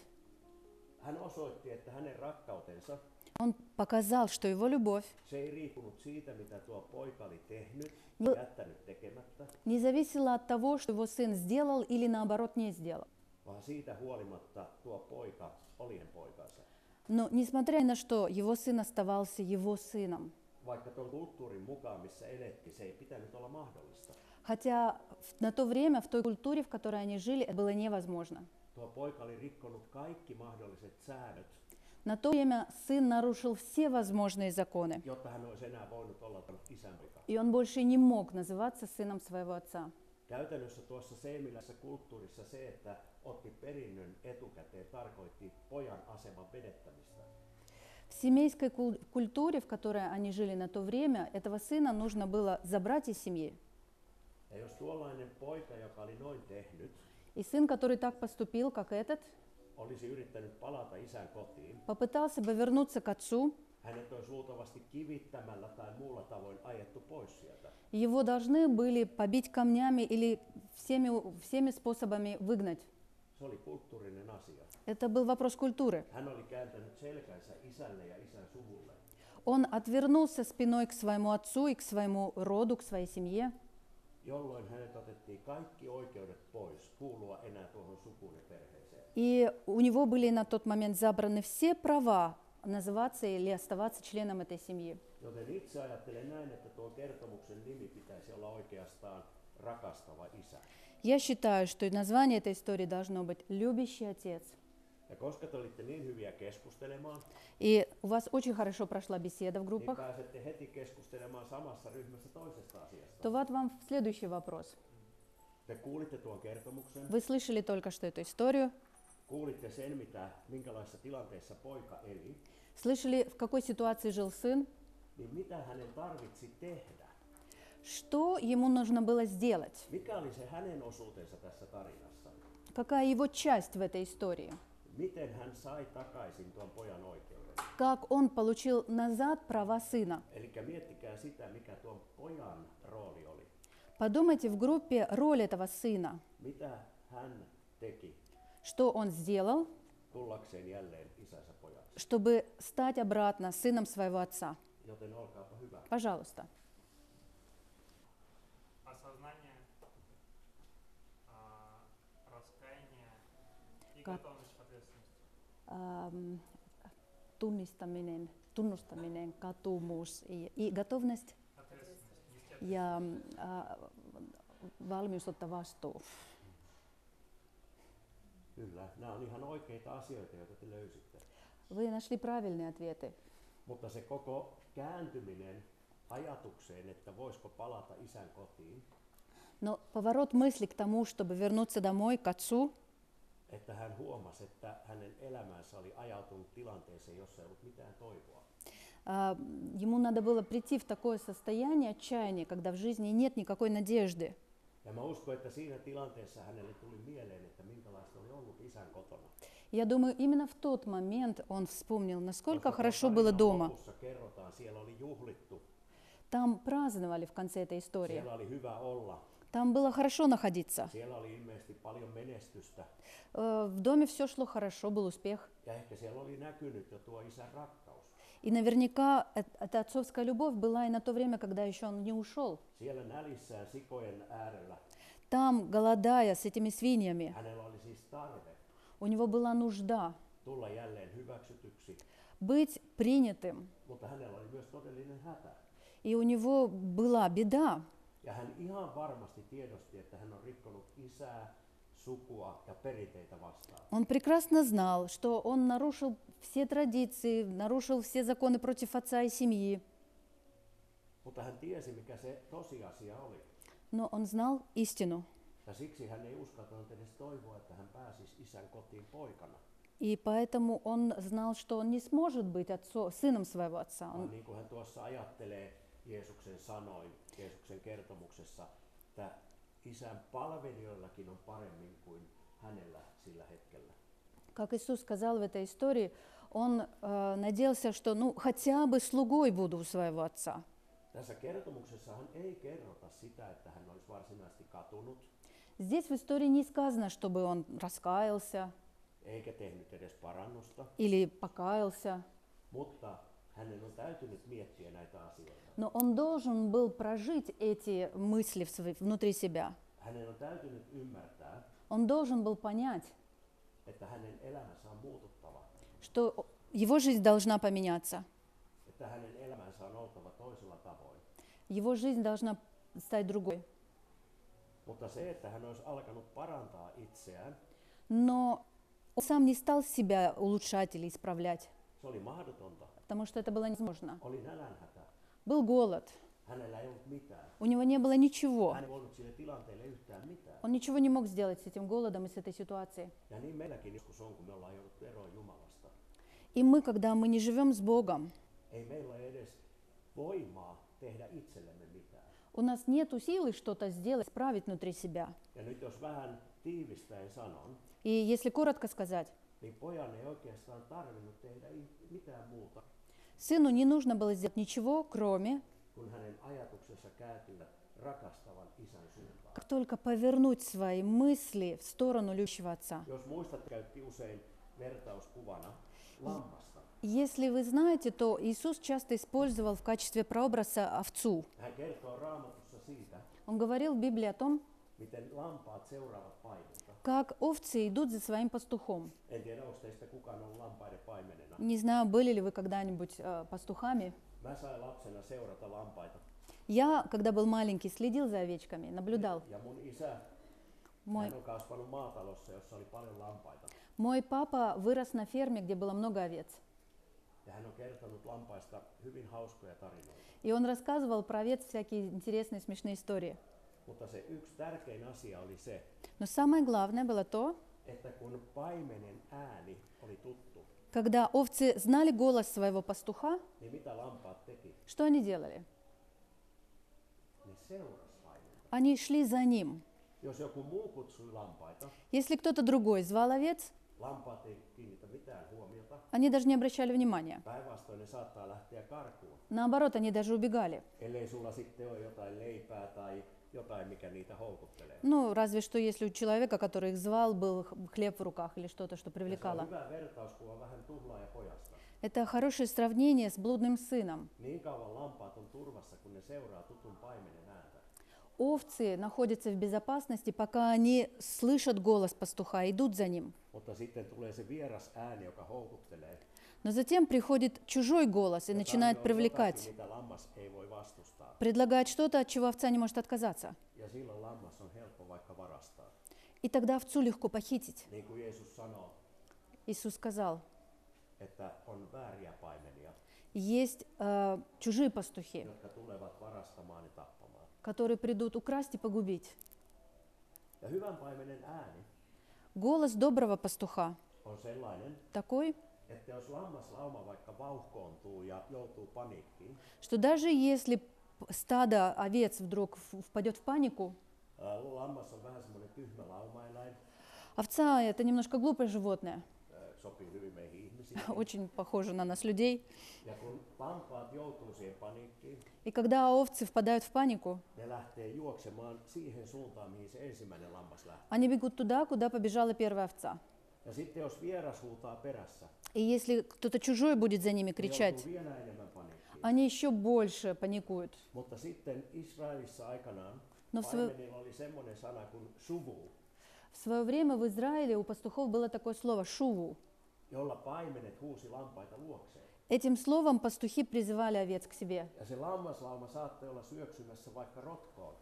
Speaker 1: Hän osoitti, että hänen rakkautensa
Speaker 2: Он показал, что его любовь
Speaker 1: Se ei riipunut siitä, mitä tuo poika oli tehnyt,
Speaker 2: No-
Speaker 1: jättänyt tekemättä,
Speaker 2: не зависела от того, что его сын сделал или наоборот не сделал.
Speaker 1: vaan siitä huolimatta tuo poika oli hänen poikansa.
Speaker 2: Но несмотря ни на что, его сын оставался его сыном.
Speaker 1: Vaikka tuon kulttuurin mukaan, missä elettiin, se ei pitänyt olla mahdollista.
Speaker 2: Хотя в- на то время, в той культуре, в которой они жили, это было невозможно.
Speaker 1: Tuo poika oli rikkonut kaikki mahdolliset säännöt,
Speaker 2: На то время сын нарушил все возможные законы,
Speaker 1: jotta hän olisi enää voinut olla tuon isän poika.
Speaker 2: и он больше не мог называться сыном своего отца.
Speaker 1: Käytännössä tuossa seemiläisessä kulttuurissa se, että otti perinnön etukäteen, tarkoitti pojan aseman vedettämistä.
Speaker 2: В семейской кул- культуре, в которой они жили на то время, этого сына нужно было забрать из семьи.
Speaker 1: Ja jos tuollainen poika, joka oli noin tehnyt,
Speaker 2: И сын, который так поступил, как этот,
Speaker 1: olisi yrittänyt palata isän kotiin,
Speaker 2: попытался бы вернуться к отцу,
Speaker 1: Hänet olisi luultavasti kivittämällä tai muulla tavoin ajettu pois sieltä.
Speaker 2: его должны были побить камнями или всеми, у- всеми способами выгнать.
Speaker 1: Se oli kulttuurinen asia.
Speaker 2: Это был вопрос культуры.
Speaker 1: Hän oli kääntänyt selkänsä isälle ja isän suvulle.
Speaker 2: Он отвернулся спиной к своему отцу и к своему роду, к своей семье,
Speaker 1: Jolloin hänet otettiin kaikki oikeudet pois kuulua enää tuohon sukuun ja perheeseen.
Speaker 2: и у него были на тот момент забраны все права называться или оставаться членом этой семьи.
Speaker 1: Joten itse ajattelen näin, että tuon kertomuksen nimi pitäisi olla oikeastaan rakastava isä.
Speaker 2: Я считаю, что и название этой истории должно быть «Любящий отец».
Speaker 1: Ja koska te olitte niin hyviä keskustelemaan,
Speaker 2: И у вас очень хорошо прошла беседа в
Speaker 1: niin
Speaker 2: группах,
Speaker 1: pääsette heti keskustelemaan samassa ryhmässä toisesta asiasta.
Speaker 2: то вот вам следующий вопрос.
Speaker 1: Te kuulitte tuon kertomuksen,
Speaker 2: Вы слышали только что эту историю,
Speaker 1: kuulitte sen, mitä, minkälaisessa tilanteessa poika eli,
Speaker 2: слышали, в какой ситуации жил сын,
Speaker 1: niin mitä hänen tarvitsi tehdä?
Speaker 2: что ему нужно было сделать,
Speaker 1: Mikä oli se hänen osuutensa tässä tarinassa?
Speaker 2: какая его часть в этой истории,
Speaker 1: Miten hän sai takaisin tuon pojan oikeuden?
Speaker 2: как он получил назад права сына.
Speaker 1: Eli miettikää sitä, mikä tuon pojan rooli oli.
Speaker 2: Подумайте в группе роль этого сына,
Speaker 1: Mitä hän teki
Speaker 2: что он сделал,
Speaker 1: tullakseen jälleen isänsä pojaksi?
Speaker 2: чтобы стать обратно сыном своего отца.
Speaker 1: Joten olkaapa hyvä.
Speaker 2: Пожалуйста.
Speaker 3: осознание, а, раскаяние и
Speaker 2: Как?
Speaker 3: готовность к ответственности.
Speaker 2: Ам, tunnistaminen, tunnustaminen, katumus ja, ja готовность
Speaker 3: Ответственность, естественно.
Speaker 2: ja м, а, valmius ottaa vastuu.
Speaker 1: Kyllä, nämä on ihan oikeita asioita, joita te löysitte.
Speaker 2: Вы нашли правильные ответы.
Speaker 1: Mutta se koko kääntyminen ajatukseen, että voisiko palata isän kotiin,
Speaker 2: Но поворот мысли к тому, чтобы вернуться домой к отцу,
Speaker 1: että hän huomasi, että hänen elämänsä oli ajautunut tilanteeseen, jossa ei ollut mitään toivoa.
Speaker 2: а, ему надо было прийти в такое состояние отчаяния, когда в жизни нет никакой надежды.
Speaker 1: Ja mä uskon, että siinä tilanteessa hänelle tuli mieleen, että minkälaista oli ollut isän kotona.
Speaker 2: Я думаю, именно в тот момент он вспомнил, насколько
Speaker 1: Koska
Speaker 2: хорошо
Speaker 1: tuon
Speaker 2: было
Speaker 1: tarinan
Speaker 2: дома.
Speaker 1: Lopussa kerrotaan, siellä oli juhlittu,
Speaker 2: Там праздновали в конце этой истории.
Speaker 1: siellä oli hyvä olla,
Speaker 2: Там было хорошо находиться.
Speaker 1: siellä oli ilmeisesti paljon menestystä.
Speaker 2: Э, В доме все шло хорошо, был успех.
Speaker 1: Ja ehkä siellä oli näkynyt jo tuo isän rakkaus.
Speaker 2: И наверняка э- эта отцовская любовь была и на то время, когда еще он не ушел.
Speaker 1: Siellä nälissään sikojen äärellä
Speaker 2: Там, голодая с этими свиньями,
Speaker 1: hänellä oli siis tarve
Speaker 2: у него была нужда
Speaker 1: tulla jälleen hyväksytyksi,
Speaker 2: быть принятым.
Speaker 1: mutta hänellä oli myös todellinen hätä.
Speaker 2: И у него была беда.
Speaker 1: Ja hän ihan varmasti tiedosti, että hän on rikkonut isää, sukua ja perinteitä vastaan.
Speaker 2: Он прекрасно знал, что он нарушил все традиции, нарушил все законы против отца и семьи.
Speaker 1: Mutta hän tiesi, mikä se tosiasia oli.
Speaker 2: Но он знал истину.
Speaker 1: Ja siksi hän ei uskaltanut edes toivoa, että hän pääsisi isän kotiin poikana.
Speaker 2: И поэтому он знал, что он не сможет быть отцо- сыном своего отца. Он
Speaker 1: Vaan niin kuin hän tuossa ajattelee Jeesuksen sanoin, Jeesuksen kertomuksessa, että isän palvelijoillakin on paremmin kuin hänellä sillä hetkellä.
Speaker 2: Как Иисус сказал в этой истории, он э, надеялся, что ну хотя бы слугой буду у своего отца.
Speaker 1: Tässä kertomuksessahan ei kerrota sitä, että hän olisi varsinaisesti katunut,
Speaker 2: Здесь в истории не сказано, чтобы он раскаялся
Speaker 1: eikä tehnyt edes parannusta,
Speaker 2: или покаялся,
Speaker 1: mutta hänen on täytynyt miettiä näitä asioita.
Speaker 2: но он должен был прожить эти мысли в свои- внутри себя.
Speaker 1: Hänen on täytynyt ymmärtää,
Speaker 2: Он должен был понять,
Speaker 1: että hänen elämänsä on muututtava,
Speaker 2: что о- его жизнь должна поменяться,
Speaker 1: että hänen elämänsä on oltava toisella tavoin.
Speaker 2: его жизнь должна стать другой.
Speaker 1: Mutta se, että hän olisi alkanut parantaa itseään,
Speaker 2: Но он сам не стал себя улучшать или исправлять,
Speaker 1: se oli mahdotonta.
Speaker 2: потому что это было невозможно.
Speaker 1: Oli nälänhätä.
Speaker 2: Был голод,
Speaker 1: Hänellä ei ollut mitään.
Speaker 2: у него не было ничего.
Speaker 1: Hän ei voinut sille tilanteelle yhtään mitään.
Speaker 2: Он ничего не мог сделать с этим голодом и с этой ситуацией.
Speaker 1: Ja niin meilläkin joskus on, kun me ollaan jouduttu eroon Jumalasta.
Speaker 2: И мы, когда мы не живем с Богом,
Speaker 1: Ei meillä ole edes voimaa tehdä itsellemme mitään.
Speaker 2: у нас нет силы что-то сделать, исправить внутри себя.
Speaker 1: Ja nyt jos vähän tiivistäen sanon,
Speaker 2: И если коротко сказать,
Speaker 1: niin pojan ei oikeastaan tarvinnut tehdä i- mitään muuta,
Speaker 2: сыну не нужно было сделать ничего, кроме
Speaker 1: kun hänen ajatuksensa kääntyi rakastavan isän suuntaan.
Speaker 2: как только повернуть свои мысли в сторону любящего отца.
Speaker 1: Jos muistat, käytti usein vertauskuvana lammasta.
Speaker 2: Если вы знаете, то Иисус часто использовал в качестве прообраза овцу.
Speaker 1: Hän kertoo raamatussa siitä,
Speaker 2: Он говорил в Библии о том,
Speaker 1: miten lampaat seuraavat paimenta.
Speaker 2: как овцы идут за своим пастухом.
Speaker 1: En tiedä, onko teistä kukaan ollut lampaiden paimenena.
Speaker 2: Не знаю, были ли вы когда-нибудь э, пастухами.
Speaker 1: Mä sain lapsena seurata lampaita.
Speaker 2: Я, когда был маленький, следил за овечками, наблюдал.
Speaker 1: Ja mun isä,
Speaker 2: Мой,
Speaker 1: hän on kasvanut maatalossa, jossa oli paljon lampaita.
Speaker 2: Мой папа вырос на ферме, где было много овец.
Speaker 1: Ja hän on kertonut lampaista hyvin hauskoja tarinoita.
Speaker 2: И он рассказывал про овец всякие интересные, смешные истории.
Speaker 1: Mutta se yksi tärkein asia oli se,
Speaker 2: Но самое главное было то,
Speaker 1: että kun paimenen ääni oli tuttu,
Speaker 2: когда овцы знали голос своего пастуха,
Speaker 1: niin mitä lampaat teki?
Speaker 2: что они делали?
Speaker 1: Ne seurasi paimenen.
Speaker 2: Они шли за ним.
Speaker 1: Jos joku muu kutsui lampaita,
Speaker 2: Если кто-то другой звал овец,
Speaker 1: lampaat ei kiinnitä mitään huomiota.
Speaker 2: они даже не obращали внимания.
Speaker 1: Päinvastoin ne saattaa lähteä karkuun,
Speaker 2: Наоборот, они даже убегали.
Speaker 1: ellei sulla sitten ole jotain leipää tai jotain, mikä niitä houkuttelee.
Speaker 2: Ну, разве что если у человека, который их звал, был х- хлеб в руках или что-то,
Speaker 1: Ja se
Speaker 2: что
Speaker 1: on
Speaker 2: привлекало.
Speaker 1: hyvä vertauskuva vähän tuhlaa ja pojasta.
Speaker 2: Это хорошее сравнение с блудным сыном.
Speaker 1: Niin kauan lampaat on turvassa, kun ne seuraa tutun paimenen ääntä.
Speaker 2: Овцы находятся в безопасности, пока они слышат голос пастуха и идут за ним.
Speaker 1: Mutta sitten tulee se vieras ääni, joka houkuttelee.
Speaker 2: Но затем приходит чужой голос и
Speaker 1: ja
Speaker 2: начинает
Speaker 1: tarjoaa
Speaker 2: привлекать,
Speaker 1: Jotakin, mitä lammas ei voi vastustaa.
Speaker 2: предлагает что-то, от чего овца не может отказаться.
Speaker 1: Ja silloin lammas on helppo vaikka varastaa.
Speaker 2: И тогда овцу легко похитить.
Speaker 1: Niin kuin Jeesus sanoo,
Speaker 2: Иисус сказал,
Speaker 1: että on vääriä paimenia,
Speaker 2: есть э, чужие пастухи,
Speaker 1: jotka tulevat varastamaan ja tappamaan.
Speaker 2: которые придут украсть и погубить.
Speaker 1: Ja hyvän paimenen ääni
Speaker 2: Голос доброго пастуха
Speaker 1: on sellainen,
Speaker 2: такой,
Speaker 1: että jos lammaslauma vaikka vauhkoontuu ja joutuu paniikkiin,
Speaker 2: что даже если п- стадо овец вдруг в- впадет в панику,
Speaker 1: ää, lammas on vähän semmoinen tyhmä laumaeläin,
Speaker 2: овца это немножко глупое животное,
Speaker 1: ää, sopii hyvin meihin ihmisiin.
Speaker 2: очень похоже на нас людей.
Speaker 1: Ja kun lampaat joutuu siihen paniikkiin,
Speaker 2: И когда овцы впадают в панику,
Speaker 1: ne lähtee juoksemaan siihen suuntaan, mihin se ensimmäinen lammas lähtee.
Speaker 2: они бегут туда, куда побежала первая овца.
Speaker 1: Ja sitten jos vieras huutaa perässä,
Speaker 2: И если кто-то чужой будет за ними
Speaker 1: ne joutuu
Speaker 2: кричать,
Speaker 1: vielä enemmän paniikkiin.
Speaker 2: они еще больше паникуют.
Speaker 1: Mutta sitten Israelissa aikanaan
Speaker 2: No
Speaker 1: no,
Speaker 2: se-
Speaker 1: paimenilla oli semmoinen sana kuin suvu,
Speaker 2: В свое время в Израиле у пастухов было такое слово «шуву».
Speaker 1: jolla paimenet huusi lampaita luokseen.
Speaker 2: Этим словом пастухи призывали овец к себе.
Speaker 1: Ja se lammaslauma saattoi olla syöksymässä vaikka rotkoon,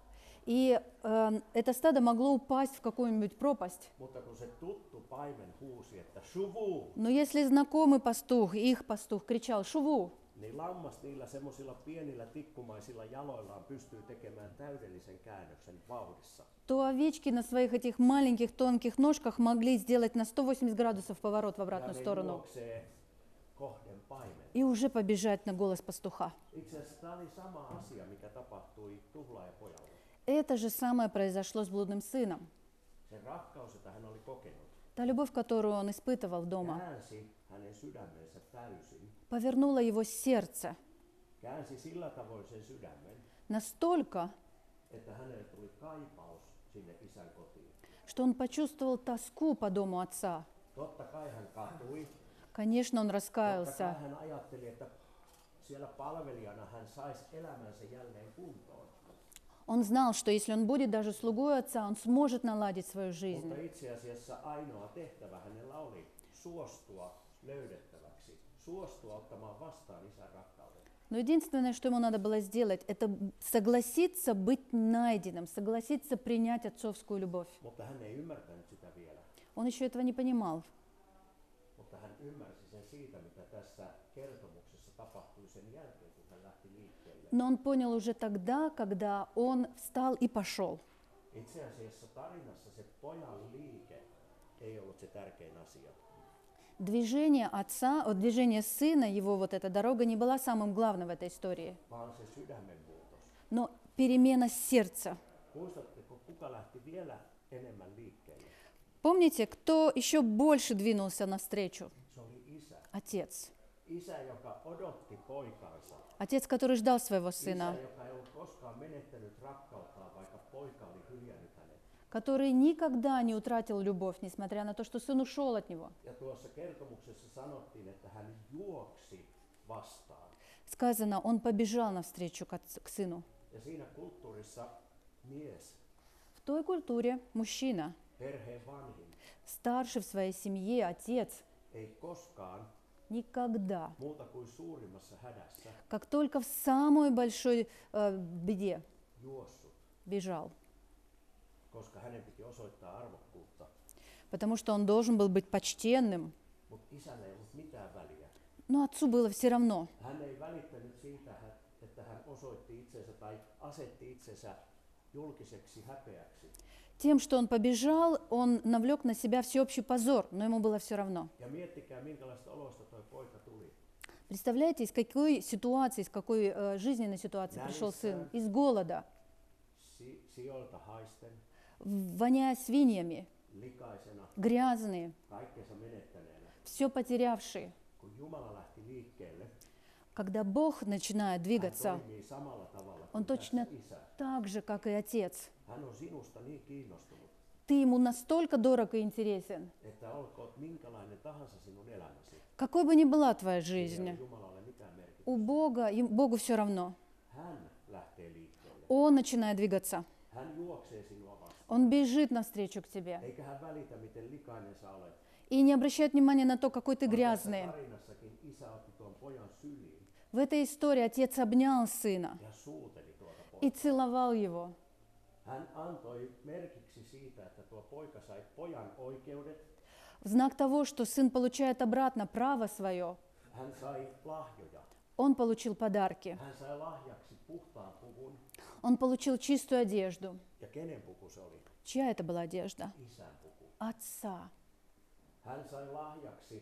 Speaker 2: И э, это стадо могло упасть в какую-нибудь пропасть.
Speaker 1: mutta kun se tuttu paimen huusi, että suvu,
Speaker 2: Но если знакомый пастух, их пастух, кричал «шуву»,
Speaker 1: niin lammas niillä semmoisilla pienillä tikkumaisilla jaloillaan pystyy tekemään täydellisen käännöksen vauhdissa.
Speaker 2: то овечки на своих этих маленьких тонких ножках могли сделать на 180 градусов поворот в
Speaker 1: Ja
Speaker 2: обратную
Speaker 1: ne
Speaker 2: сторону
Speaker 1: juoksee kohden paimen.
Speaker 2: и уже побежать на голос пастуха.
Speaker 1: Itse asiassa tämä oli sama asia, mikä tapahtui tuhlaajapojalle.
Speaker 2: Это же самое произошло с блудным сыном.
Speaker 1: Se rakkaus, jota hän oli kokenut,
Speaker 2: Та любовь, которую он испытывал дома,
Speaker 1: käänsi hänen sydämensä täysin.
Speaker 2: повернула его сердце
Speaker 1: Käänsi sillä tavoin sen sydämen,
Speaker 2: настолько,
Speaker 1: että hänelle tuli kaipaus sinne isän kotiin.
Speaker 2: что он почувствовал тоску по дому отца.
Speaker 1: Totta kai hän katui.
Speaker 2: Конечно, он
Speaker 1: Totta kai
Speaker 2: раскаялся.
Speaker 1: hän ajatteli, että siellä palvelijana hän saisi elämänsä jälleen kuntoon.
Speaker 2: Он знал, что если он будет даже слугой отца, он сможет наладить свою жизнь.
Speaker 1: Mutta itse asiassa ainoa tehtävä hänellä oli suostua löydettäväksi, suostua ottamaan vastaan isän rakkauden.
Speaker 2: Но единственное, что ему надо было сделать, это б- согласиться быть найденным, согласиться принять отцовскую любовь.
Speaker 1: Mutta hän ei ymmärtänyt sitä vielä.
Speaker 2: Он еще этого не понимал,
Speaker 1: Mutta hän ymmärsi sen siitä, mitä tässä kertomuksessa tapahtui sen jälkeen, kun hän lähti liikkeelle.
Speaker 2: но он понял уже тогда, когда он встал и пошел.
Speaker 1: Itse asiassa tarinassa se pojan liike ei ollut se tärkein asia.
Speaker 2: Движение отца, о, движение сына, его вот эта дорога не была самым главным в этой истории,
Speaker 1: vaan se sydämen muutos.
Speaker 2: но перемена сердца.
Speaker 1: Muistatteko, kuka lähti vielä enemmän liikkeelle?
Speaker 2: Помните, кто еще больше двинулся навстречу?
Speaker 1: Se oli isä.
Speaker 2: Отец.
Speaker 1: Isä, joka odotti poikaansa.
Speaker 2: Отец, который ждал своего
Speaker 1: Isä,
Speaker 2: сына,
Speaker 1: joka ei ollut koskaan menettänyt rakkauttaan, vaikka poika oli hyljännyt hänet.
Speaker 2: который никогда не утратил любовь, несмотря на то, что сын ушел от него.
Speaker 1: Ja tuossa kertomuksessa sanottiin, että hän juoksi vastaan.
Speaker 2: Сказано, он побежал навстречу к, отц- к сыну.
Speaker 1: Ja siinä kulttuurissa mies,
Speaker 2: В той культуре мужчина,
Speaker 1: perheen vanhin,
Speaker 2: старший в своей семье, отец,
Speaker 1: ei koskaan
Speaker 2: никогда,
Speaker 1: muuta kuin suurimmassa hädässä
Speaker 2: как только в самой большой э, беде
Speaker 1: juossut,
Speaker 2: бежал,
Speaker 1: koska hänen piti osoittaa arvokkuutta.
Speaker 2: потому что он должен был быть почтенным.
Speaker 1: Mutta isällä ei ollut mitään väliä.
Speaker 2: Но отцу было все равно.
Speaker 1: Hän ei välittänyt siitä, hä- että hän osoitti itsensä tai asetti itsensä julkiseksi häpeäksi.
Speaker 2: Тем, что он побежал, он навлек на себя всеобщий позор, но ему было все равно.
Speaker 1: Ja miettikää, minkälaista olosta toi poika tuli.
Speaker 2: Представляете, из какой ситуации, из какой э, жизненной ситуации
Speaker 1: Да,
Speaker 2: пришел
Speaker 1: из,
Speaker 2: сын?
Speaker 1: э,
Speaker 2: Из голода,
Speaker 1: Si- sijoilta haisten,
Speaker 2: воняя свиньями,
Speaker 1: likaisena,
Speaker 2: грязные,
Speaker 1: kaikkensa menettäneenä.
Speaker 2: все потерявшие.
Speaker 1: Kun Jumala lähti liikkeelle,
Speaker 2: Когда Бог начинает
Speaker 1: hän
Speaker 2: двигаться
Speaker 1: toimii samalla tavalla kuin
Speaker 2: On
Speaker 1: tässä
Speaker 2: точно-
Speaker 1: isä.
Speaker 2: так же, как и отец,
Speaker 1: Hän on sinusta niin kiinnostunut,
Speaker 2: ты ему настолько дорог и интересен,
Speaker 1: että olkoot minkälainen tahansa sinun elämäsi.
Speaker 2: какой бы ни была твоя
Speaker 1: Ei ole
Speaker 2: жизнь,
Speaker 1: Jumalalle mitään merkitystä.
Speaker 2: у Бога, им- Богу все равно.
Speaker 1: Hän lähtee liikkeelle.
Speaker 2: Он начинает двигаться,
Speaker 1: Hän juoksee sinua vastaan.
Speaker 2: он бежит навстречу к тебе
Speaker 1: Eikä hän välitä, miten likainen sä olet.
Speaker 2: и не обращает внимания на то, какой ты
Speaker 1: Vaan
Speaker 2: грязный.
Speaker 1: Tässä tarinassakin isä otti tuon pojan syliin
Speaker 2: В этой истории отец обнял сына
Speaker 1: ja suuteli tuota poikaa.
Speaker 2: и целовал его.
Speaker 1: Hän antoi merkiksi siitä, että tuo poika sai pojan oikeudet.
Speaker 2: В знак того, что сын получает обратно право свое,
Speaker 1: Hän sai lahjoja.
Speaker 2: он получил подарки,
Speaker 1: Hän sai lahjaksi puhtaan puvun.
Speaker 2: он получил чистую одежду.
Speaker 1: Ja kenen puku se oli?
Speaker 2: Чья это была одежда?
Speaker 1: Isän puku.
Speaker 2: Отца.
Speaker 1: Hän sai lahjaksi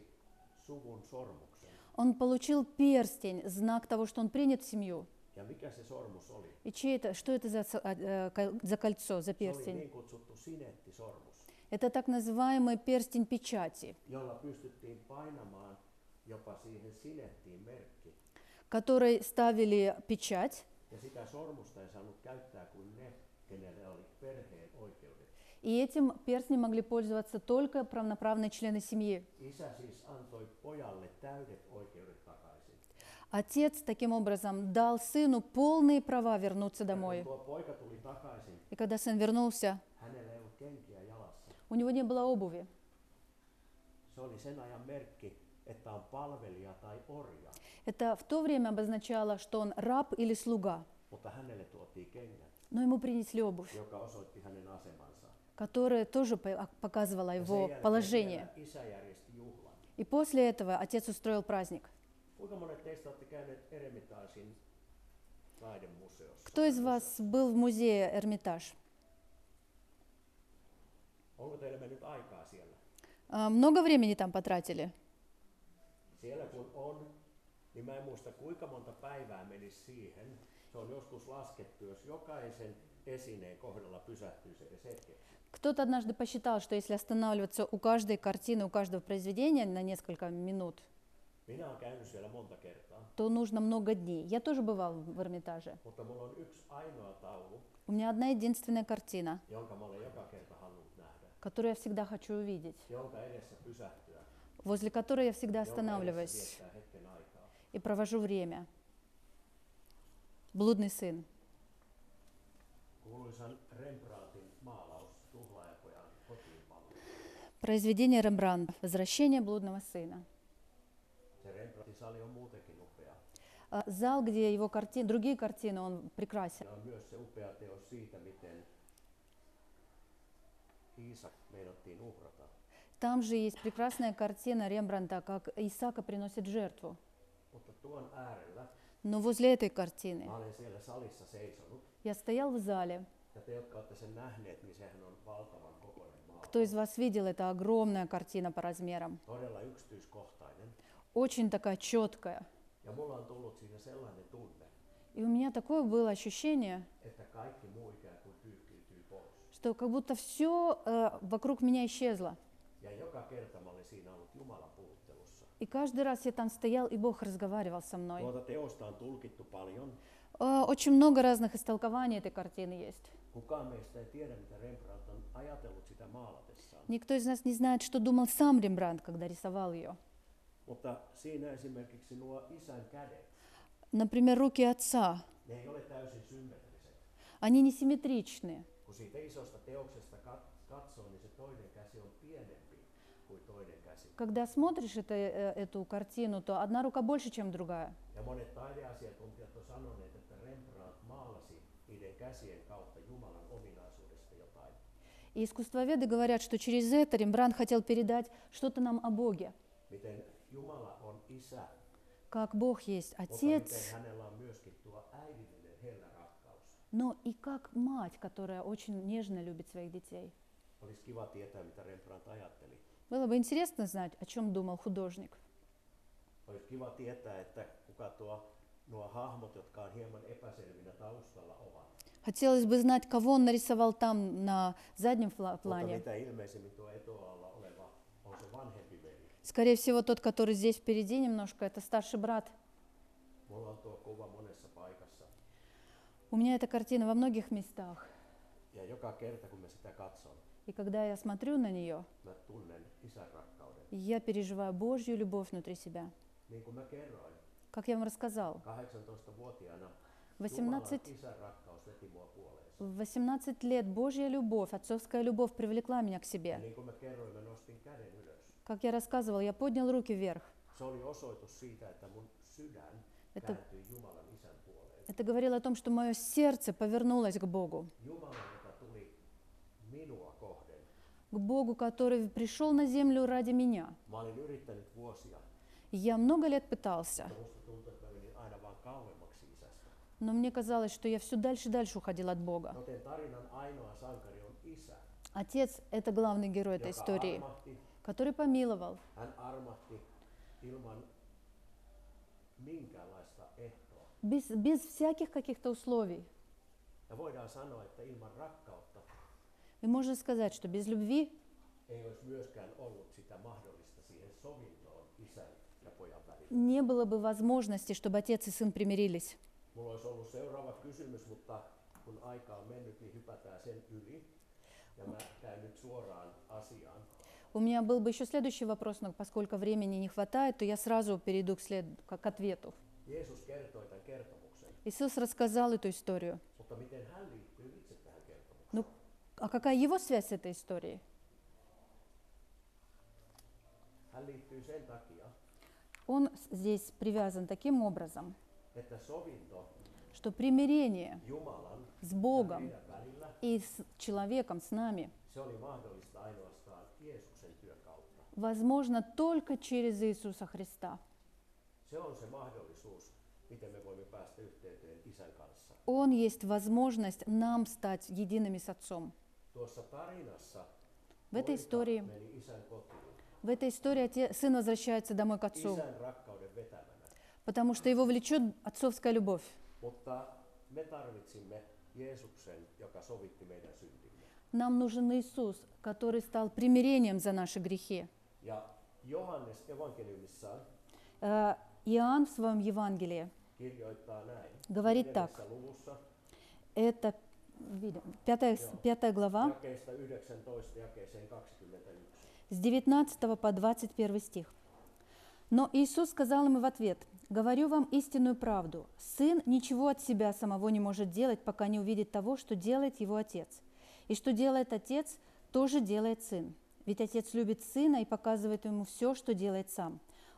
Speaker 1: suvun sormuksen.
Speaker 2: Он получил перстень, знак того, что он принят в семью.
Speaker 1: Ja mikä se sormus oli?
Speaker 2: И чей это, что это за, со- а, э, кол- за кольцо, за
Speaker 1: Se oli
Speaker 2: перстень?
Speaker 1: niin kutsuttu sinettisormus,
Speaker 2: Это так называемый перстень печати,
Speaker 1: jolla pystyttiin painamaan jopa siihen sinettiin merkki.
Speaker 2: который ставили печать,
Speaker 1: Ja sitä sormusta ei saanut käyttää kuin ne, kenelle oli perheen oikeudet.
Speaker 2: и этим перстнем могли пользоваться только правноправные члены семьи.
Speaker 1: Isä siis antoi pojalle täydet oikeudet takaisin.
Speaker 2: Отец таким образом дал сыну полные права вернуться
Speaker 1: Ja kun
Speaker 2: домой.
Speaker 1: tuo poika tuli takaisin,
Speaker 2: И когда сын вернулся,
Speaker 1: hänellä ei ollut kenkiä jalassa.
Speaker 2: у него не было обуви.
Speaker 1: Se oli sen ajan merkki, että on palvelija tai orja,
Speaker 2: Это в то время обозначало, что он раб или слуга,
Speaker 1: mutta hänelle tuotiin kengät,
Speaker 2: но ему принесли обувь,
Speaker 1: joka osoitti hänen asemansa.
Speaker 2: которая тоже по- а, показывала
Speaker 1: Ja sen
Speaker 2: его
Speaker 1: jälkeen
Speaker 2: положение.
Speaker 1: vielä isä järjesti juhlan.
Speaker 2: И после этого отец устроил праздник.
Speaker 1: Kuinka monet teistä olette käyneet Eremitaasin taidemuseossa?
Speaker 2: Кто из вас был в музее Эрмитаж?
Speaker 1: Onko teillä mennyt aikaa siellä?
Speaker 2: А, Много времени там потратили?
Speaker 1: Siellä kun on, niin mä en muista kuinka monta päivää menisi siihen. Se on joskus laskettu, jos jokaisen esineen kohdalla pysähtyy se edes hetkeksi.
Speaker 2: Кто-то однажды посчитал, что если останавливаться у каждой картины, у каждого произведения на несколько минут,
Speaker 1: Minä olen käynyt siellä monta kertaa,
Speaker 2: то нужно много дней. Я тоже бывал в Эрмитаже.
Speaker 1: mutta mulla on yksi ainoa taulu,
Speaker 2: У меня одна единственная картина,
Speaker 1: jonka mä olen joka kerta halunnut nähdä,
Speaker 2: которую я всегда хочу увидеть,
Speaker 1: jonka edessä pysähtyä,
Speaker 2: возле которой я всегда
Speaker 1: jonka edessä
Speaker 2: останавливаюсь
Speaker 1: viettää hetken aikaa.
Speaker 2: и провожу время. Блудный сын.
Speaker 1: Kuuluisan Rembrandtin maalaus tuhlaajapojan kotiin paluu.
Speaker 2: Произведение Рембрандта «Возвращение блудного сына».
Speaker 1: Se Rembrandtin sali on muutenkin upea.
Speaker 2: А, Зал, где его картины, другие картины, он прекрасен.
Speaker 1: Ja on myös se upea teos siitä, miten Iisak meinattiin uhrata.
Speaker 2: Там же есть прекрасная картина Рембранта, как Исака приносит жертву.
Speaker 1: Mutta tuon äärellä,
Speaker 2: Но возле этой картины
Speaker 1: mä olen siellä salissa seisonut,
Speaker 2: я стоял в зале.
Speaker 1: ja te, jotka olette sen nähneet, niin sehän on valtavan kokoinen maa.
Speaker 2: Кто из вас видел, это огромная картина по размерам.
Speaker 1: Todella yksityiskohtainen.
Speaker 2: Очень такая четкая.
Speaker 1: Ja mulla on tullut siinä sellainen tunne,
Speaker 2: И у меня такое было ощущение,
Speaker 1: että kaikki muu ikään kuin pyyhkiytyy pois.
Speaker 2: что как будто все вокруг меня исчезло.
Speaker 1: Ja joka kerta mä olin siinä ollut Jumalan puhuttelussa.
Speaker 2: И каждый раз я там стоял, и Бог разговаривал со мной.
Speaker 1: Tuota teosta on tulkittu paljon.
Speaker 2: Э, Очень много разных истолкований этой картины есть.
Speaker 1: Kukaan meistä ei tiedä, mitä Rembrandt on ajatellut sitä maalatessaan.
Speaker 2: Никто из нас не знает, что думал сам Рембрандт, когда рисовал ее.
Speaker 1: Mutta siinä esimerkiksi nuo isän kädet,
Speaker 2: Например, руки отца.
Speaker 1: ne ei ole täysin symmetriset.
Speaker 2: Они несимметричны.
Speaker 1: Kun siitä isosta teoksesta kat- katsoo, niin se toinen käsi on pienempi kuin toinen käsi.
Speaker 2: Когда смотришь это, э, эту картину, то одна рука больше, чем другая.
Speaker 1: Ja monet taideasiantuntijat on sanoneet, että Rembrandt maalasi niiden käsien kautta Jumalan ominaisuudesta jotain.
Speaker 2: И искусствоведы говорят, что через это Рембрандт хотел передать что-то нам о Боге.
Speaker 1: Miten Jumala on isä,
Speaker 2: Как Бог есть
Speaker 1: mutta miten
Speaker 2: Отец,
Speaker 1: hänellä on myöskin tuo äidillinen hellä rakkaus.
Speaker 2: но и как мать, которая очень нежно любит своих детей.
Speaker 1: Olisi kiva tietää, mitä Rembrandt ajatteli.
Speaker 2: Было бы интересно знать, о чем думал художник.
Speaker 1: Olisi kiva tietää, että kuka tuo, nuo hahmot, jotka on hieman epäselvinä taustalla, ovat.
Speaker 2: Хотелось бы знать, кого он нарисовал там на заднем фла-
Speaker 1: Mutta
Speaker 2: плане.
Speaker 1: mitä ilmeisemmin tuo etualalla oleva on se vanhempi veli.
Speaker 2: Скорее всего, тот, который здесь впереди немножко, это старший брат.
Speaker 1: Mulla on tuo kuva monessa paikassa.
Speaker 2: У меня эта картина во многих местах.
Speaker 1: Ja joka kerta, kun mä sitä katson,
Speaker 2: И когда я смотрю на нее,
Speaker 1: mä tunnen isän rakkauden.
Speaker 2: я переживаю Божью любовь внутри себя.
Speaker 1: Niin kuin mä kerroin,
Speaker 2: Как я вам рассказал,
Speaker 1: 18-vuotiaana Jumalan
Speaker 2: 18,
Speaker 1: isän rakkaus veti mua puoleensa.
Speaker 2: в 18 лет Божья любовь, отцовская любовь привлекла меня к
Speaker 1: Ja
Speaker 2: себе.
Speaker 1: niin kuin mä kerroin, mä nostin käden ylös.
Speaker 2: Как я рассказывал, я поднял руки вверх.
Speaker 1: Se oli osoitus siitä, että mun sydän
Speaker 2: Это,
Speaker 1: kääntyi Jumalan isän puoleen.
Speaker 2: это говорило о том, что мое сердце повернулось к Богу.
Speaker 1: Jumala, joka tuli minua kohden.
Speaker 2: К Богу, который пришел на землю ради меня.
Speaker 1: Mä olin yrittänyt vuosia,
Speaker 2: Я много лет пытался,
Speaker 1: mutta musta tuntui, että mä menin aina vaan kauemmaksi isästä.
Speaker 2: но мне казалось, что я все дальше и дальше уходил от Бога.
Speaker 1: Joten tarinan ainoa sankari on isä,
Speaker 2: Отец – это главный герой этой
Speaker 1: joka
Speaker 2: истории,
Speaker 1: armahti
Speaker 2: который помиловал.
Speaker 1: Hän armahti ilman minkäänlaista ehtoa.
Speaker 2: Без, без всяких каких-то условий.
Speaker 1: Ja voidaan sanoa, että ilman rakkautta
Speaker 2: И можно сказать, что без любви
Speaker 1: ei olisi myöskään ollut sitä mahdollista siihen sovintoon isän ja pojan välillä.
Speaker 2: не было бы возможности, чтобы отец и сын примирились.
Speaker 1: Mulla olisi ollut seuraava kysymys, mutta kun aika on mennyt, niin hypätään sen yli. Ja mä käyn nyt suoraan asiaan.
Speaker 2: У меня был бы еще следующий вопрос, но поскольку времени не хватает, то я сразу перейду к, след... к к ответу.
Speaker 1: Jeesus kertoi tämän kertomuksen,
Speaker 2: Иисус рассказал эту историю.
Speaker 1: mutta miten hän liittyy itse tähän kertomukseen?
Speaker 2: Ну, а какая его связь с этой историей?
Speaker 1: Hän liittyy sen takia,
Speaker 2: Он с- здесь привязан таким образом,
Speaker 1: että sovinto
Speaker 2: что примирение
Speaker 1: Jumalan
Speaker 2: с
Speaker 1: ja
Speaker 2: Богом
Speaker 1: meidän välillä
Speaker 2: и с человеком, с нами,
Speaker 1: Se oli mahdollista ainoastaan Jeesuksen työn kautta.
Speaker 2: возможно только через Иисуса Христа.
Speaker 1: Se on se mahdollisuus, miten me voimme päästä yhteyteen Isän kanssa.
Speaker 2: Он есть возможность нам стать едиными с Отцом.
Speaker 1: Tuossa tarinassa
Speaker 2: В этой
Speaker 1: poika
Speaker 2: истории,
Speaker 1: meni isän kotiin,
Speaker 2: в этой истории оте- сын возвращается домой к отцу,
Speaker 1: isän rakkauden vetämänä.
Speaker 2: потому что его влечет отцовская любовь.
Speaker 1: Mutta me tarvitsimme Jeesuksen, joka sovitti meidän syntimme.
Speaker 2: Нам нужен Иисус, который стал примирением за наши грехи.
Speaker 1: Ja Johannes evankeliumissaan
Speaker 2: Э, Иоанн в своем Евангелии,
Speaker 1: kirjoittaa näin.
Speaker 2: Говорит
Speaker 1: viidennessä
Speaker 2: так.
Speaker 1: luvussa,
Speaker 2: это видя- пятая, с- пятая глава,
Speaker 1: jakeesta 19 jakeeseen 21.
Speaker 2: с 19 по 21 стих. Но Иисус сказал им в ответ, «Говорю вам истинную правду. Сын ничего от себя самого не может делать, пока не увидит того, что делает его отец. И что делает отец, тоже делает сын. Ведь отец любит сына и показывает ему все, что делает сам.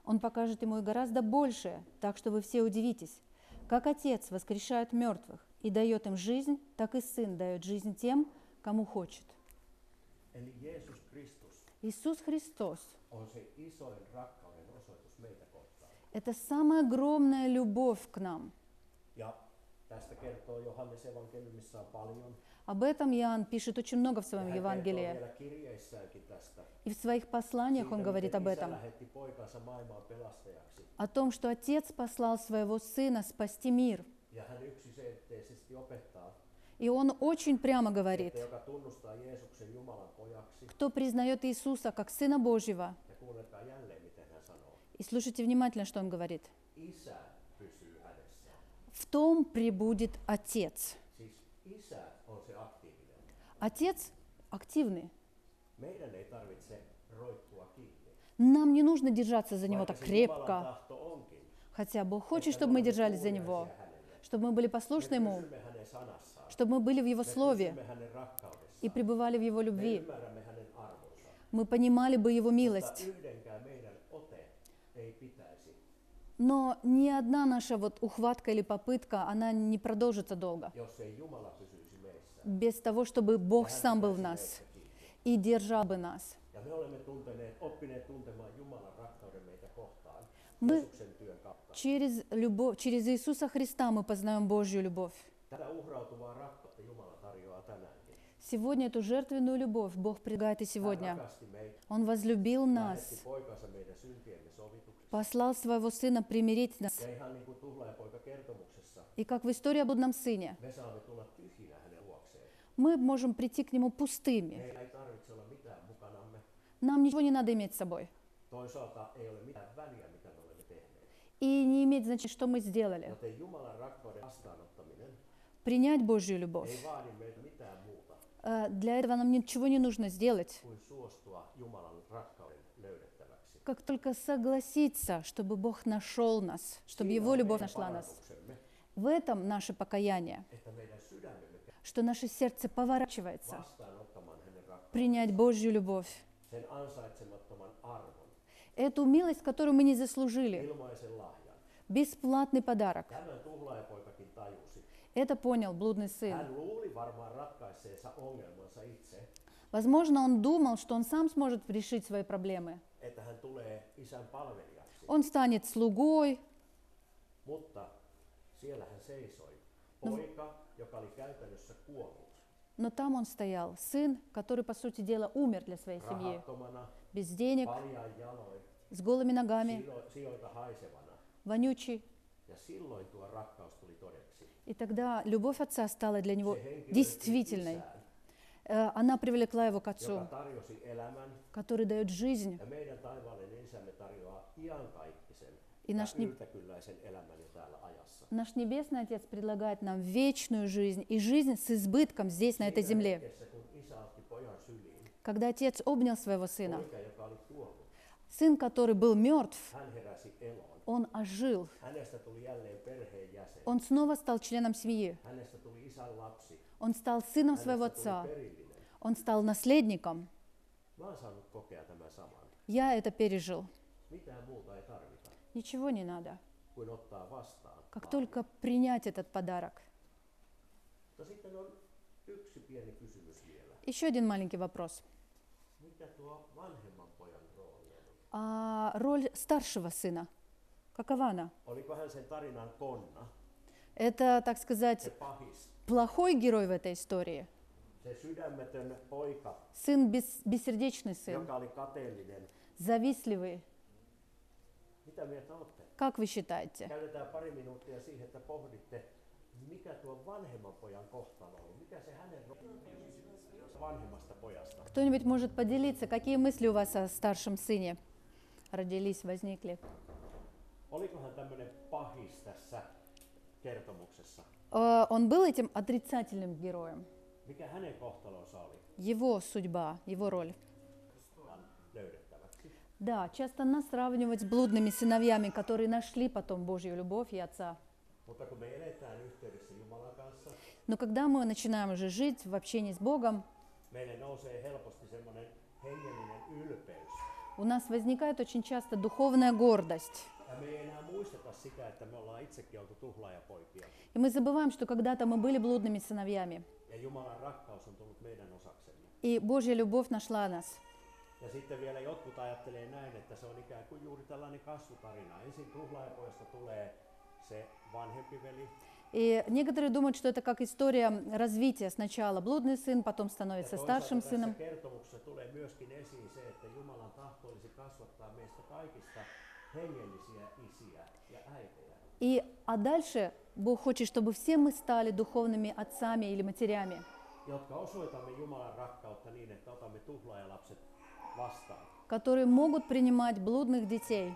Speaker 2: Он покажет ему и гораздо большее, так что вы все удивитесь. Как отец воскрешает мертвых и дает им жизнь, так и сын дает жизнь тем, кому хочет.
Speaker 1: Eli Jeesus Kristus
Speaker 2: Иисус Христос –
Speaker 1: on se isoin rakkauden osoitus meitä kohtaan.
Speaker 2: Это самая огромная любовь к нам.
Speaker 1: Ja tästä kertoo Johannes evankeliumissaan paljon.
Speaker 2: Об этом Иоанн пишет очень много в
Speaker 1: Ja
Speaker 2: своем
Speaker 1: hän kertoo
Speaker 2: Евангелии.
Speaker 1: vielä kirjeissäänkin tästä.
Speaker 2: И в своих посланиях он говорит
Speaker 1: miten
Speaker 2: об
Speaker 1: isä
Speaker 2: этом.
Speaker 1: lähetti poikansa maailmaan pelastajaksi.
Speaker 2: О том, что Отец послал своего Сына спасти мир.
Speaker 1: Ja hän yksiselitteisesti opettaa,
Speaker 2: И он очень прямо говорит,
Speaker 1: että joka tunnustaa Jeesuksen Jumalan pojaksi,
Speaker 2: кто признает Иисуса как Сына Божьего,
Speaker 1: ja kuunnelkaa jälleen miten hän sanoo,
Speaker 2: и слушайте внимательно, что он говорит,
Speaker 1: isä pysyy hänessä.
Speaker 2: в том пребудет Отец.
Speaker 1: Siis isä on se aktiivinen.
Speaker 2: Отец активный.
Speaker 1: Meidän ei tarvitse roikkua kiinni.
Speaker 2: Нам не нужно держаться за Него
Speaker 1: Vaikka
Speaker 2: так
Speaker 1: se Jumalan
Speaker 2: крепко,
Speaker 1: tahto onkin,
Speaker 2: хотя Бог хочет,
Speaker 1: että
Speaker 2: чтобы
Speaker 1: me
Speaker 2: мы
Speaker 1: olemme
Speaker 2: держались за Него,
Speaker 1: kuuliaisia hänelle.
Speaker 2: чтобы мы были
Speaker 1: Me
Speaker 2: послушны Ему,
Speaker 1: pysymme hänen sanassaan.
Speaker 2: чтобы мы были в Его
Speaker 1: Me
Speaker 2: Слове,
Speaker 1: pysymme hänen rakkaudessaan.
Speaker 2: и пребывали в Его
Speaker 1: Me
Speaker 2: любви,
Speaker 1: ymmärrämme hänen arvonsa.
Speaker 2: мы понимали бы Его
Speaker 1: Mutta
Speaker 2: милость.
Speaker 1: yhdenkään meidän ote ei pitäisi,
Speaker 2: Но ни одна наша вот ухватка или попытка, она не продолжится долго.
Speaker 1: jos ei Jumala pysyisi meissä.
Speaker 2: Без того, чтобы Бог
Speaker 1: Hän
Speaker 2: сам был в
Speaker 1: pitäisi
Speaker 2: нас.
Speaker 1: meistä kiinni.
Speaker 2: и держал бы нас.
Speaker 1: Ja me olemme tunteneet, oppineet tuntemaan Jumalan rakkauden meitä kohtaan,
Speaker 2: Мы
Speaker 1: Jeesuksen työn kautta.
Speaker 2: через, любовь, через Иисуса Христа мы познаем Божью любовь.
Speaker 1: Tätä uhrautuvaa rakkautta Jumala tarjoaa tänäänkin.
Speaker 2: Сегодня эту жертвенную любовь Бог предлагает и
Speaker 1: Hän
Speaker 2: сегодня.
Speaker 1: rakasti meitä,
Speaker 2: Он возлюбил
Speaker 1: lähetti
Speaker 2: нас,
Speaker 1: poikansa meidän syntiemme sovituksessa.
Speaker 2: послал Своего Сына примирить нас.
Speaker 1: Ja ihan niin kuin tuhlaajapoika kertomuksessa,
Speaker 2: И как в истории о блудном сыне,
Speaker 1: me saamme tulla tyhjinä hänen luokseen.
Speaker 2: мы можем прийти к Нему пустыми.
Speaker 1: Meillä ei tarvitse olla mitään mukanamme.
Speaker 2: Нам ничего не надо иметь с собой.
Speaker 1: Toisaalta ei ole mitään väliä, mitä me olemme tehneet.
Speaker 2: И не имеет значения, что мы сделали.
Speaker 1: Joten Jumalan rakkauden vastaanottaminen
Speaker 2: Принять Божью любовь.
Speaker 1: ei vaadi meiltä mitään muuta
Speaker 2: Э, Для этого нам ничего не нужно сделать.
Speaker 1: kuin suostua Jumalan rakkauden löydettäväksi.
Speaker 2: Как только согласиться, чтобы Бог нашел нас, чтобы
Speaker 1: Siinä
Speaker 2: Его
Speaker 1: on
Speaker 2: любовь
Speaker 1: meidän
Speaker 2: нашла нас.
Speaker 1: parannuksemme,
Speaker 2: В этом наше покаяние,
Speaker 1: että meidän sydämemme
Speaker 2: что наше сердце поворачивается.
Speaker 1: vastaanottamaan hänen rakkauden,
Speaker 2: Принять Божью любовь.
Speaker 1: sen ansaitsemattoman arvon,
Speaker 2: Эту милость, которую мы не заслужили.
Speaker 1: ilmaisen lahjan.
Speaker 2: Бесплатный подарок.
Speaker 1: Tämän tuhlaajapoikakin tajusi.
Speaker 2: Это понял блудный сын.
Speaker 1: Hän luuli varmaan ratkaiseensa ongelmansa itse,
Speaker 2: Возможно, он думал, что он сам сможет решить свои проблемы.
Speaker 1: että hän tulee isän palvelijaksi.
Speaker 2: Он станет слугой,
Speaker 1: Mutta siellä hän seisoi.
Speaker 2: No.
Speaker 1: Poika, joka oli käytännössä kuollut,
Speaker 2: но там он стоял. Сын, который, по сути дела, умер для своей семьи.
Speaker 1: rahattomana,
Speaker 2: Без денег,
Speaker 1: paljaan jaloin,
Speaker 2: с голыми ногами,
Speaker 1: silo- sijoilta haisevana.
Speaker 2: вонючий.
Speaker 1: Ja silloin tuo rakkaus tuli todeksi.
Speaker 2: И тогда любовь отца стала для него
Speaker 1: Se henkilö
Speaker 2: действительной.
Speaker 1: isään,
Speaker 2: Э, Она привлекла его к
Speaker 1: joka
Speaker 2: отцу,
Speaker 1: tarjosi elämän,
Speaker 2: который дает жизнь.
Speaker 1: ja meidän taivaallinen isämme tarjoaa iankaikkisen ja
Speaker 2: Inas ni-
Speaker 1: yltäkylläisen elämän jo täällä ajassa.
Speaker 2: Наш Небесный Отец предлагает нам вечную жизнь и жизнь с избытком здесь, на этой
Speaker 1: Siinä
Speaker 2: земле.
Speaker 1: hetkessä, kun isä otti pojan syliin,
Speaker 2: Когда Отец обнял своего сына,
Speaker 1: poika, joka oli kuollut,
Speaker 2: сын, который был мертв,
Speaker 1: hän heräsi eloon.
Speaker 2: он ожил.
Speaker 1: Hänestä tuli jälleen perheenjäsen.
Speaker 2: Он снова стал членом семьи.
Speaker 1: Hänestä tuli isän lapsi.
Speaker 2: Он стал сыном своего
Speaker 1: Hänestä tuli
Speaker 2: отца.
Speaker 1: perillinen.
Speaker 2: Он стал наследником.
Speaker 1: Mä oon saanut kokea tämän saman.
Speaker 2: Я это пережил.
Speaker 1: Mitään muuta ei tarvita
Speaker 2: Ничего не надо.
Speaker 1: kuin ottaa vastaan.
Speaker 2: Как
Speaker 1: lahja.
Speaker 2: только принять этот подарок.
Speaker 1: Mutta sitten on yksi pieni kysymys vielä.
Speaker 2: Еще один маленький вопрос.
Speaker 1: Mitä tuo vanhemman pojan rooli on?
Speaker 2: А роль старшего сына, какова она?
Speaker 1: Oliko hän sen tarinan konna,
Speaker 2: Это, так сказать,
Speaker 1: se pahis,
Speaker 2: плохой герой в этой истории?
Speaker 1: se sydämetön poika,
Speaker 2: Сын, бес- бессердечный сын,
Speaker 1: joka oli kateellinen?
Speaker 2: завистливый.
Speaker 1: Mitä mieltä olette?
Speaker 2: Как вы считаете?
Speaker 1: Käytetään pari minuuttia siihen, että pohditte, mikä tuo vanhemman pojan kohtalo on, mikä se hänen rooli on vanhemmasta pojasta.
Speaker 2: Кто-нибудь может поделиться, какие мысли у вас о старшем сыне родились, возникли?
Speaker 1: Olikohan tämmöinen pahis tässä kertomuksessa?
Speaker 2: Э, Он был этим отрицательным героем.
Speaker 1: Mikä hänen kohtalonsa oli
Speaker 2: Его судьба, его роль.
Speaker 1: Tämän löydettäväksi?
Speaker 2: Да, часто нас сравнивают с блудными сыновьями, которые нашли потом Божью любовь и Отца.
Speaker 1: Mutta kun me eletään yhteydessä Jumalan kanssa,
Speaker 2: Но когда мы начинаем уже жить в общении с Богом,
Speaker 1: meille nousee helposti semmoinen hengellinen ylpeys.
Speaker 2: у нас возникает очень часто духовная гордость.
Speaker 1: Ja me ei enää muisteta sitä, että me ollaan itsekin oltu tuhlaajapoikia.
Speaker 2: И мы забываем, что когда-то мы были блудными сыновьями,
Speaker 1: Ja Jumalan rakkaus on tullut meidän osaksemme.
Speaker 2: и Божья любовь нашла нас.
Speaker 1: Ja sitten vielä jotkut ajattelee näin, että se on ikään kuin juuri tällainen kasvutarina. Ensin tuhlaajapojasta tulee se vanhempi veli,
Speaker 2: И некоторые думают, что это как история развития. Сначала блудный сын, потом становится старшим
Speaker 1: toisaalta tässä
Speaker 2: сыном.
Speaker 1: kertomuksessa tulee myöskin esiin se, että Jumalan tahto olisi kasvattaa meistä kaikista hengellisiä isiä ja äitejä.
Speaker 2: И, а дальше Бог хочет, чтобы все мы стали духовными отцами или матерями,
Speaker 1: jotka osoitamme Jumalan rakkautta niin, että otamme tuhlaajalapset vastaan.
Speaker 2: которые могут принимать блудных детей.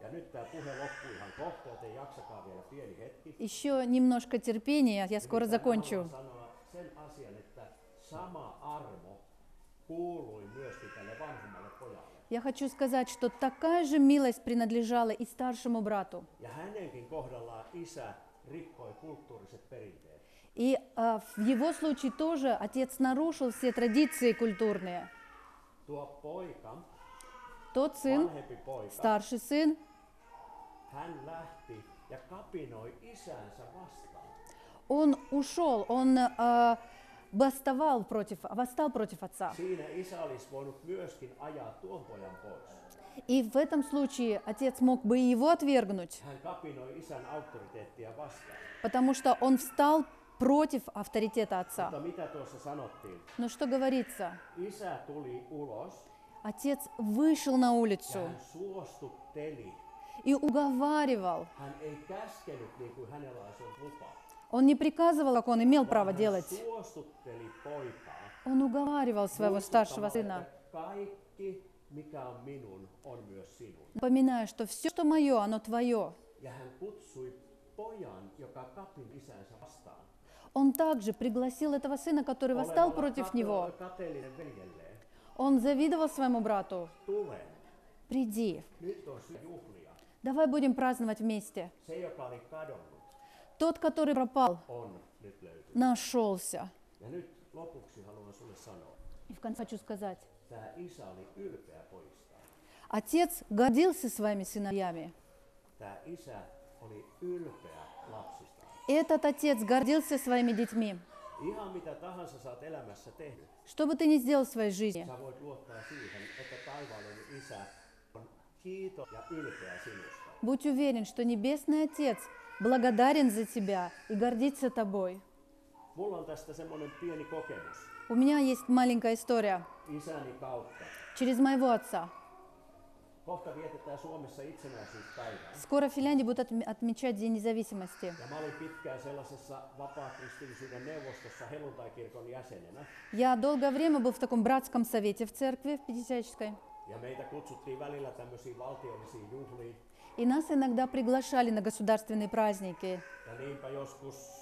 Speaker 1: Ja nyt tämä puhe loppuu ihan kohta, joten jaksakaa vielä pieni hetki.
Speaker 2: Еще немножко терпения, я скоро
Speaker 1: Nimittäin
Speaker 2: закончу.
Speaker 1: haluan sanoa sen asian, että sama armo kuului myöskin tälle vanhemmalle pojalle.
Speaker 2: Я хочу сказать, что такая же милость принадлежала и старшему брату.
Speaker 1: Ja hänenkin kohdallaan isä rikkoi kulttuuriset perinteet.
Speaker 2: И а, в его случае тоже отец нарушил все традиции культурные.
Speaker 1: Tuo poika,
Speaker 2: Тот сын,
Speaker 1: vanhempi poika,
Speaker 2: старший сын,
Speaker 1: hän lähti ja kapinoi isänsä vastaan.
Speaker 2: он ушел, он а, восставал против, восстал против отца.
Speaker 1: Siinä isä olisi voinut myöskin ajaa tuon pojan pois.
Speaker 2: И в этом случае отец мог бы и его отвергнуть,
Speaker 1: Hän kapinoi isän auktoriteettia vastaan.
Speaker 2: потому что он встал против авторитета
Speaker 1: Mutta
Speaker 2: отца.
Speaker 1: mitä tuossa sanottiin?
Speaker 2: Но что говорится?
Speaker 1: Isä tuli ulos
Speaker 2: Отец вышел на
Speaker 1: ja
Speaker 2: улицу
Speaker 1: hän suostutteli.
Speaker 2: и уговаривал.
Speaker 1: Hän ei käskenyt niin kuin hänellä olisi ollut lupa.
Speaker 2: Он не приказывал, как он имел право
Speaker 1: hän
Speaker 2: делать.
Speaker 1: suostutteli poikaa.
Speaker 2: Он уговаривал своего старшего
Speaker 1: muistuttamalla,
Speaker 2: сына,
Speaker 1: että Kaikki, mikä on minun, on myös sinun.
Speaker 2: напоминая, что все, что мое, оно твое.
Speaker 1: Ja hän kutsui pojan, joka kapin isänsä vastaan.
Speaker 2: Он также пригласил этого сына, который восстал
Speaker 1: Olemalla
Speaker 2: против
Speaker 1: kate-
Speaker 2: него.
Speaker 1: Kateellinen veljelleen.
Speaker 2: Он завидовал своему брату.
Speaker 1: Tule,
Speaker 2: Приди,
Speaker 1: nyt on se juhlia.
Speaker 2: давай будем праздновать вместе.
Speaker 1: Se, joka oli kadonnut,
Speaker 2: Тот, который пропал,
Speaker 1: on nyt löytynyt.
Speaker 2: нашелся.
Speaker 1: Ja nyt lopuksi haluan sulle sanoa.
Speaker 2: И в конце хочу сказать,
Speaker 1: Tämä isä oli ylpeä poistaan.
Speaker 2: отец гордился своими сыновьями.
Speaker 1: Tämä isä oli ylpeä lapsista.
Speaker 2: Этот отец гордился своими детьми.
Speaker 1: Ihan mitä tahansa sä oot elämässä tehnyt,
Speaker 2: Что бы ты ни сделал в своей жизни,
Speaker 1: sä voit luottaa siihen, että taivaallinen isä on kiito ja ylpeä sinusta.
Speaker 2: будь уверен, что Небесный Отец благодарен за тебя и гордится тобой.
Speaker 1: Mulla on tästä semmoinen pieni kokemus
Speaker 2: У меня есть маленькая история
Speaker 1: isäni kautta.
Speaker 2: через моего отца.
Speaker 1: Kohta vietetään Suomessa itsenäisyyspäivää.
Speaker 2: Скоро Финляндия будет отме- отмечать День независимости.
Speaker 1: Ja mä olin pitkään sellaisessa vapaa-kristillisyyden neuvostossa helluntaikirkon jäsenenä.
Speaker 2: Я долгое время был в таком братском совете в церкви, в Пятидесятнической.
Speaker 1: Ja meitä kutsuttiin välillä tämmöisiin valtiollisiin juhliin.
Speaker 2: И нас иногда приглашали на государственные праздники.
Speaker 1: Ja niinpä joskus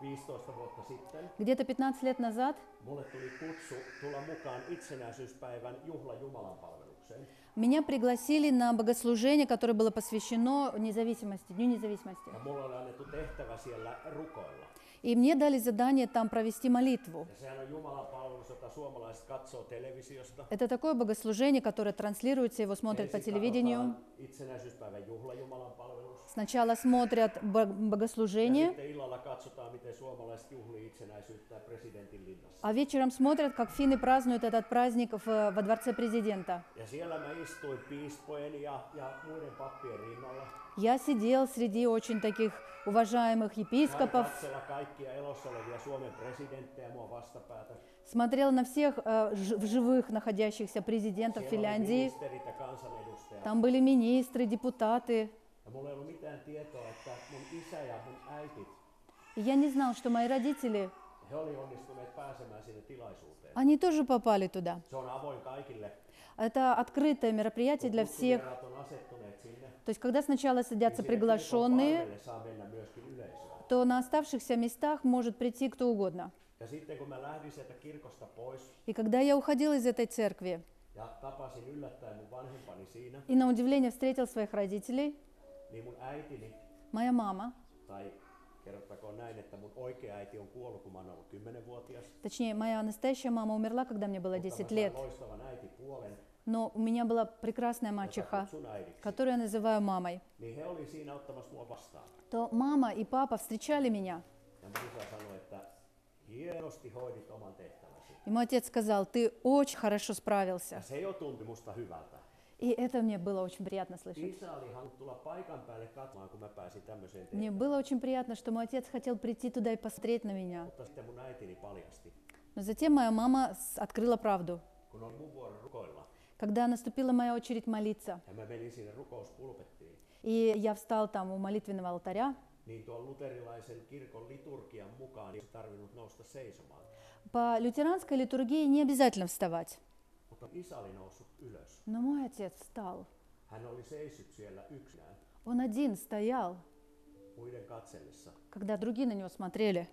Speaker 1: 15 vuotta sitten
Speaker 2: Где-то 15 лет назад
Speaker 1: mulle tuli kutsu tulla mukaan itsenäisyyspäivän juhla Jumalan palvelukseen.
Speaker 2: меня пригласили на богослужение, которое было посвящено независимости, Дню независимости.
Speaker 1: Ja mulla oli annettu tehtävä siellä rukoilla.
Speaker 2: И мне дали задание там провести молитву.
Speaker 1: Ja sehän on Jumalan palvelus, jota suomalaiset katsoo televisiosta.
Speaker 2: Это такое богослужение, которое транслируется, его смотрят
Speaker 1: Ensin
Speaker 2: по телевидению.
Speaker 1: katsotaan itsenäisyyspäivän juhla Jumalan palvelus.
Speaker 2: Сначала смотрят бо-
Speaker 1: Ja
Speaker 2: богослужение,
Speaker 1: sitten illalla katsotaan, miten suomalaiset juhlii itsenäisyyttä presidentin linnassa.
Speaker 2: а вечером смотрят, как финны празднуют этот праздник в- во дворце президента.
Speaker 1: Ja siellä mä istuin piispojen ja, ja muiden pappien rinnalla.
Speaker 2: Я сидел среди очень таких уважаемых
Speaker 1: Sain
Speaker 2: епископов,
Speaker 1: katsella kaikkia elossa olevia Suomen presidenttejä mua vastapäätä.
Speaker 2: смотрел на всех э, ж- в живых находящихся президентов
Speaker 1: Siellä oli
Speaker 2: Финляндии.
Speaker 1: ministerit ja kansanedustajat.
Speaker 2: Там были министры, депутаты.
Speaker 1: Ja mulla ei ollut mitään tietoa, että mun isä ja mun äitit,
Speaker 2: И я не знал, что мои родители,
Speaker 1: he oli onnistuneet pääsemään sinne tilaisuuteen.
Speaker 2: они тоже попали туда.
Speaker 1: Se on avoin kaikille.
Speaker 2: Это открытое мероприятие для всех.
Speaker 1: Vieraat on asettuneet sinne.
Speaker 2: То есть, когда сначала
Speaker 1: niin
Speaker 2: садятся
Speaker 1: sinne kirkon
Speaker 2: приглашенные,
Speaker 1: parvelle saa mennä myöskin yleisöä.
Speaker 2: то на оставшихся местах может прийти кто угодно.
Speaker 1: Ja sitten kun mä lähdin sieltä kirkosta pois
Speaker 2: И когда я уходила из этой церкви
Speaker 1: ja tapasin yllättäen mun vanhempani siinä,
Speaker 2: и на удивление встретил своих родителей,
Speaker 1: niin mun äitini,
Speaker 2: моя мама,
Speaker 1: tai kerrottakoon näin, että mun oikea äiti on kuollut, kun mä oon ollut 10-vuotias.
Speaker 2: точнее, моя настоящая мама умерла, когда мне было
Speaker 1: Mutta mä
Speaker 2: 10
Speaker 1: sain
Speaker 2: лет,
Speaker 1: loistavan äitipuolen,
Speaker 2: но у меня была прекрасная
Speaker 1: jota
Speaker 2: мачеха,
Speaker 1: kutsun äidiksi.
Speaker 2: которую я называю мамой.
Speaker 1: Niin he oli siinä ottamassa mua vastaan.
Speaker 2: То мама и папа встречали меня.
Speaker 1: Ja mun isä sanoi, että hienosti hoidit oman tehtäväsi.
Speaker 2: И мой отец сказал, ты очень хорошо
Speaker 1: Ja
Speaker 2: справился.
Speaker 1: se jo tuntui musta hyvältä.
Speaker 2: И это мне было очень приятно слышать.
Speaker 1: Isä oli halunnut tulla paikan päälle katsomaan, kun mä pääsin tämmöiseen tehtävään.
Speaker 2: Мне было очень приятно, что мой отец хотел прийти туда и посмотреть на меня.
Speaker 1: Mutta sitten mun äitini paljasti,
Speaker 2: Но затем моя мама с- открыла правду.
Speaker 1: kun oli mun vuoro rukoilla.
Speaker 2: Когда наступила моя очередь молиться,
Speaker 1: Ja mä menin sinne rukouspulpettiin.
Speaker 2: и я встал там у молитвенного алтаря,
Speaker 1: Niin tuon luterilaisen kirkon liturgian mukaan ei tarvinnut nousta seisomaan.
Speaker 2: по лютеранской литургии не обязательно вставать.
Speaker 1: Mutta isä oli noussut ylös.
Speaker 2: Но мой отец встал.
Speaker 1: Hän oli seissyt siellä yksinään,
Speaker 2: Он один стоял,
Speaker 1: muiden katsellessa,
Speaker 2: когда другие на него смотрели.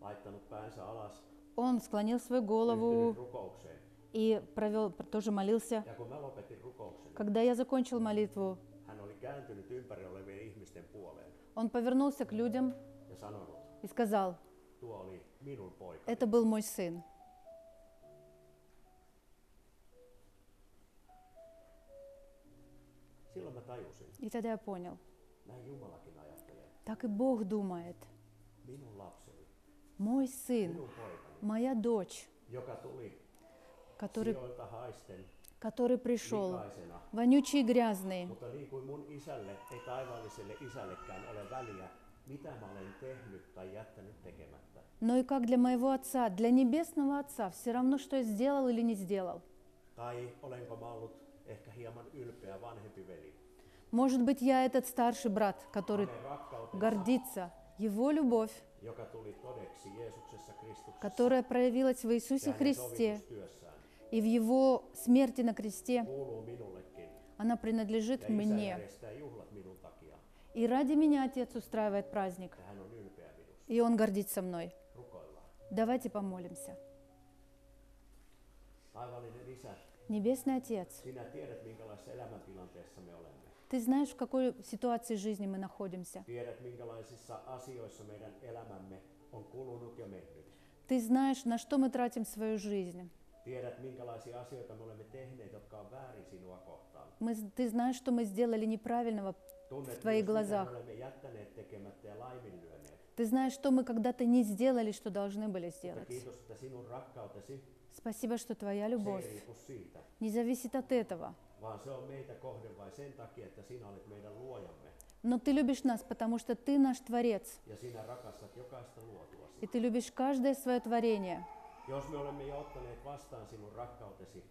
Speaker 1: laittanut päänsä alas,
Speaker 2: Он склонил свою
Speaker 1: yhtynyt
Speaker 2: голову
Speaker 1: rukoukseen.
Speaker 2: и провел, тоже молился.
Speaker 1: Ja kun mä lopetin rukouksen,
Speaker 2: Когда я закончил молитву,
Speaker 1: hän oli kääntynyt ympäri olevien ihmisten puoleen
Speaker 2: он повернулся к людям
Speaker 1: ja sanonut,
Speaker 2: и сказал,
Speaker 1: tuo oli minun poika.
Speaker 2: это был мой сын.
Speaker 1: Silloin mä tajusin,
Speaker 2: И тогда я понял,
Speaker 1: näin Jumalakin ajattelee,
Speaker 2: так и Бог думает.
Speaker 1: minun lapseni,
Speaker 2: мой сын,
Speaker 1: minun poikani,
Speaker 2: моя дочь,
Speaker 1: joka tuli
Speaker 2: который,
Speaker 1: sijoilta haisten
Speaker 2: который пришел,
Speaker 1: likaisena,
Speaker 2: вонючий и грязный.
Speaker 1: mutta niin kuin mun isälle ei taivaalliselle isällekään ole väliä, mitä mä olen tehnyt tai jättänyt tekemättä.
Speaker 2: Но и как для моего отца, для небесного отца, все равно, что я сделал или не сделал.
Speaker 1: Tai olenko mä ollut ehkä hieman ylpeä vanhempi veli.
Speaker 2: Может быть, я этот старший брат, который
Speaker 1: Hänen rakkautensa,
Speaker 2: гордится. Его любовь,
Speaker 1: joka tuli todeksi Jeesuksessa Kristuksessa
Speaker 2: которая проявилась в Иисусе
Speaker 1: ja hänen
Speaker 2: Христе
Speaker 1: sovitustyössään,
Speaker 2: и в Его смерти на кресте,
Speaker 1: kuuluu minullekin.
Speaker 2: она принадлежит
Speaker 1: Ja isä
Speaker 2: мне.
Speaker 1: järjestää juhlat minun takia.
Speaker 2: И ради меня Отец устраивает праздник,
Speaker 1: Ja hän on ylpeä minusta.
Speaker 2: и Он гордится мной.
Speaker 1: Rukoillaan.
Speaker 2: Давайте помолимся.
Speaker 1: Taivallinen isä,
Speaker 2: Небесный Отец,
Speaker 1: sinä tiedät minkälaisessa elämäntilanteessa me olemme.
Speaker 2: Ты знаешь, в какой ситуации жизни мы находимся.
Speaker 1: Tiedät, minkälaisissa asioissa meidän elämämme on kulunut ja mennyt.
Speaker 2: Ты знаешь, на что мы тратим свою жизнь.
Speaker 1: Tiedät, minkälaisia asioita me olemme tehneet, jotka on väärin sinua kohtaan.
Speaker 2: Мы, з- ты знаешь, что мы сделали неправильного.
Speaker 1: Tunnet, myös, mitä
Speaker 2: Твоих глазах.
Speaker 1: me olemme jättäneet tekemättä ja laiminlyöneet.
Speaker 2: Ты знаешь, что мы когда-то не сделали, что должны были
Speaker 1: Mutta
Speaker 2: сделать.
Speaker 1: kiitos, että sinun rakkautesi
Speaker 2: Спасибо, что Твоя
Speaker 1: se
Speaker 2: любовь
Speaker 1: ei riipu siitä,
Speaker 2: не зависит от этого.
Speaker 1: vaan se on meitä kohden vain sen takia, että sinä olet meidän luojamme
Speaker 2: Но Ты любишь нас, потому что Ты наш Творец,
Speaker 1: ja sinä rakastat jokaista luotuasi.
Speaker 2: и Ты любишь каждое свое творение.
Speaker 1: Jos me olemme jo ottaneet vastaan sinun rakkautesi,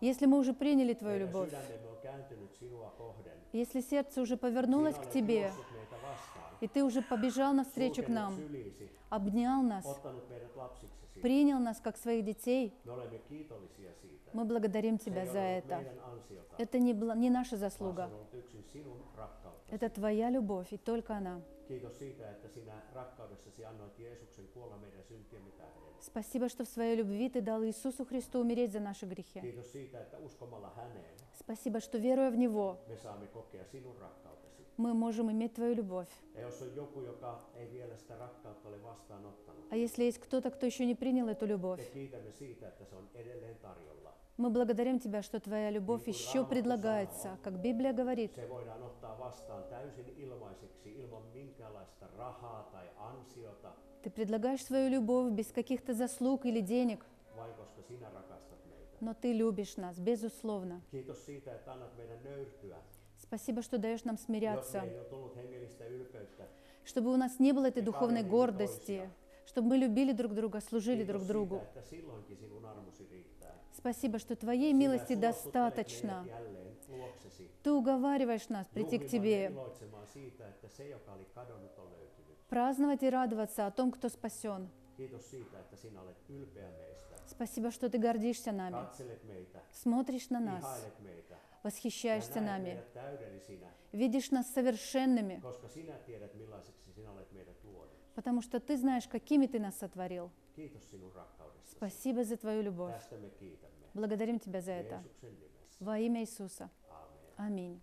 Speaker 2: Если мы уже приняли Твою
Speaker 1: meidän
Speaker 2: любовь,
Speaker 1: sydämemme on kääntynyt sinua kohden.
Speaker 2: если сердце уже
Speaker 1: Sinä
Speaker 2: повернулось к
Speaker 1: olet
Speaker 2: Тебе,
Speaker 1: juossut meitä vastaan,
Speaker 2: и Ты уже побежал навстречу к
Speaker 1: sulkenut
Speaker 2: нам,
Speaker 1: syliisi
Speaker 2: обнял нас,
Speaker 1: ottanut meidät lapsiksesi.
Speaker 2: принял нас как своих детей,
Speaker 1: Me olemme kiitollisia siitä.
Speaker 2: мы благодарим Тебя
Speaker 1: ei
Speaker 2: за
Speaker 1: ole ollut
Speaker 2: это.
Speaker 1: meidän ansiota,
Speaker 2: Это не, бла- не наша
Speaker 1: vaan se
Speaker 2: заслуга,
Speaker 1: on ollut yksin sinun rakkautta.
Speaker 2: это Твоя любовь, и только она.
Speaker 1: Kiitos siitä, että sinä rakkaudessasi annoit Jeesuksen kuolla meidän syntiemme tähden.
Speaker 2: Спасибо, что в своей любви Ты дал Иисусу Христу умереть за наши грехи.
Speaker 1: Kiitos siitä, että uskomalla häneen
Speaker 2: Спасибо, что веруя в Него,
Speaker 1: me saamme kokea sinun rakkautesi.
Speaker 2: мы можем иметь Твою любовь.
Speaker 1: Ja jos on joku, joka ei vielä sitä rakkautta ole vastaanottanut,
Speaker 2: А если есть кто-то, кто еще не принял эту
Speaker 1: me
Speaker 2: любовь,
Speaker 1: kiitämme siitä, että se on edelleen tarjolla.
Speaker 2: мы благодарим Тебя, что Твоя любовь еще предлагается, как Библия говорит.
Speaker 1: Se voidaan ottaa vastaan täysin ilmaiseksi, ilman minkäänlaista rahaa tai ansiota,
Speaker 2: Ты предлагаешь свою любовь без каких-то заслуг или денег,
Speaker 1: vain koska sinä rakastat meitä.
Speaker 2: но Ты любишь нас, безусловно.
Speaker 1: Kiitos siitä, että annat meidän nöyrtyä.
Speaker 2: Спасибо, что даешь нам
Speaker 1: Jos
Speaker 2: смиряться,
Speaker 1: meillä on tullut hengellistä ylpeyttä,
Speaker 2: чтобы у нас не было этой
Speaker 1: И
Speaker 2: духовной
Speaker 1: параллельно
Speaker 2: гордости,
Speaker 1: прочее.
Speaker 2: чтобы мы любили друг друга, служили
Speaker 1: kiitos
Speaker 2: друг
Speaker 1: siitä,
Speaker 2: другу.
Speaker 1: että silloinkin sinun armosi
Speaker 2: Niin,
Speaker 1: riittää.
Speaker 2: Спасибо, что Твоей
Speaker 1: Sinä
Speaker 2: милости
Speaker 1: suostuttelet
Speaker 2: достаточно.
Speaker 1: meidät jälleen luoksesi.
Speaker 2: Ты уговариваешь нас прийти к
Speaker 1: Juhlimaan ja
Speaker 2: Тебе,
Speaker 1: iloitsemaan siitä, että se, joka oli kadonnut, on löytynyt.
Speaker 2: праздновать и радоваться о том, кто спасен.
Speaker 1: Kiitos siitä, että sinä olet ylpeä meistä.
Speaker 2: Спасибо, что Ты гордишься нами,
Speaker 1: Katselet meitä,
Speaker 2: смотришь на нас,
Speaker 1: ihailet meitä ja
Speaker 2: восхищаешься
Speaker 1: näet
Speaker 2: нами,
Speaker 1: meidät täydellisinä,
Speaker 2: видишь нас совершенными,
Speaker 1: koska sinä tiedät, millaiseksi sinä olet meidät luonut.
Speaker 2: потому что Ты знаешь, какими Ты нас сотворил.
Speaker 1: Kiitos sinun rakkaudestasi.
Speaker 2: Спасибо за Твою любовь.
Speaker 1: Tästä me kiitämme.
Speaker 2: Благодарим Тебя за это.
Speaker 1: Jeesuksen nimessä.
Speaker 2: Во имя Иисуса.
Speaker 1: Aamen.
Speaker 2: Аминь.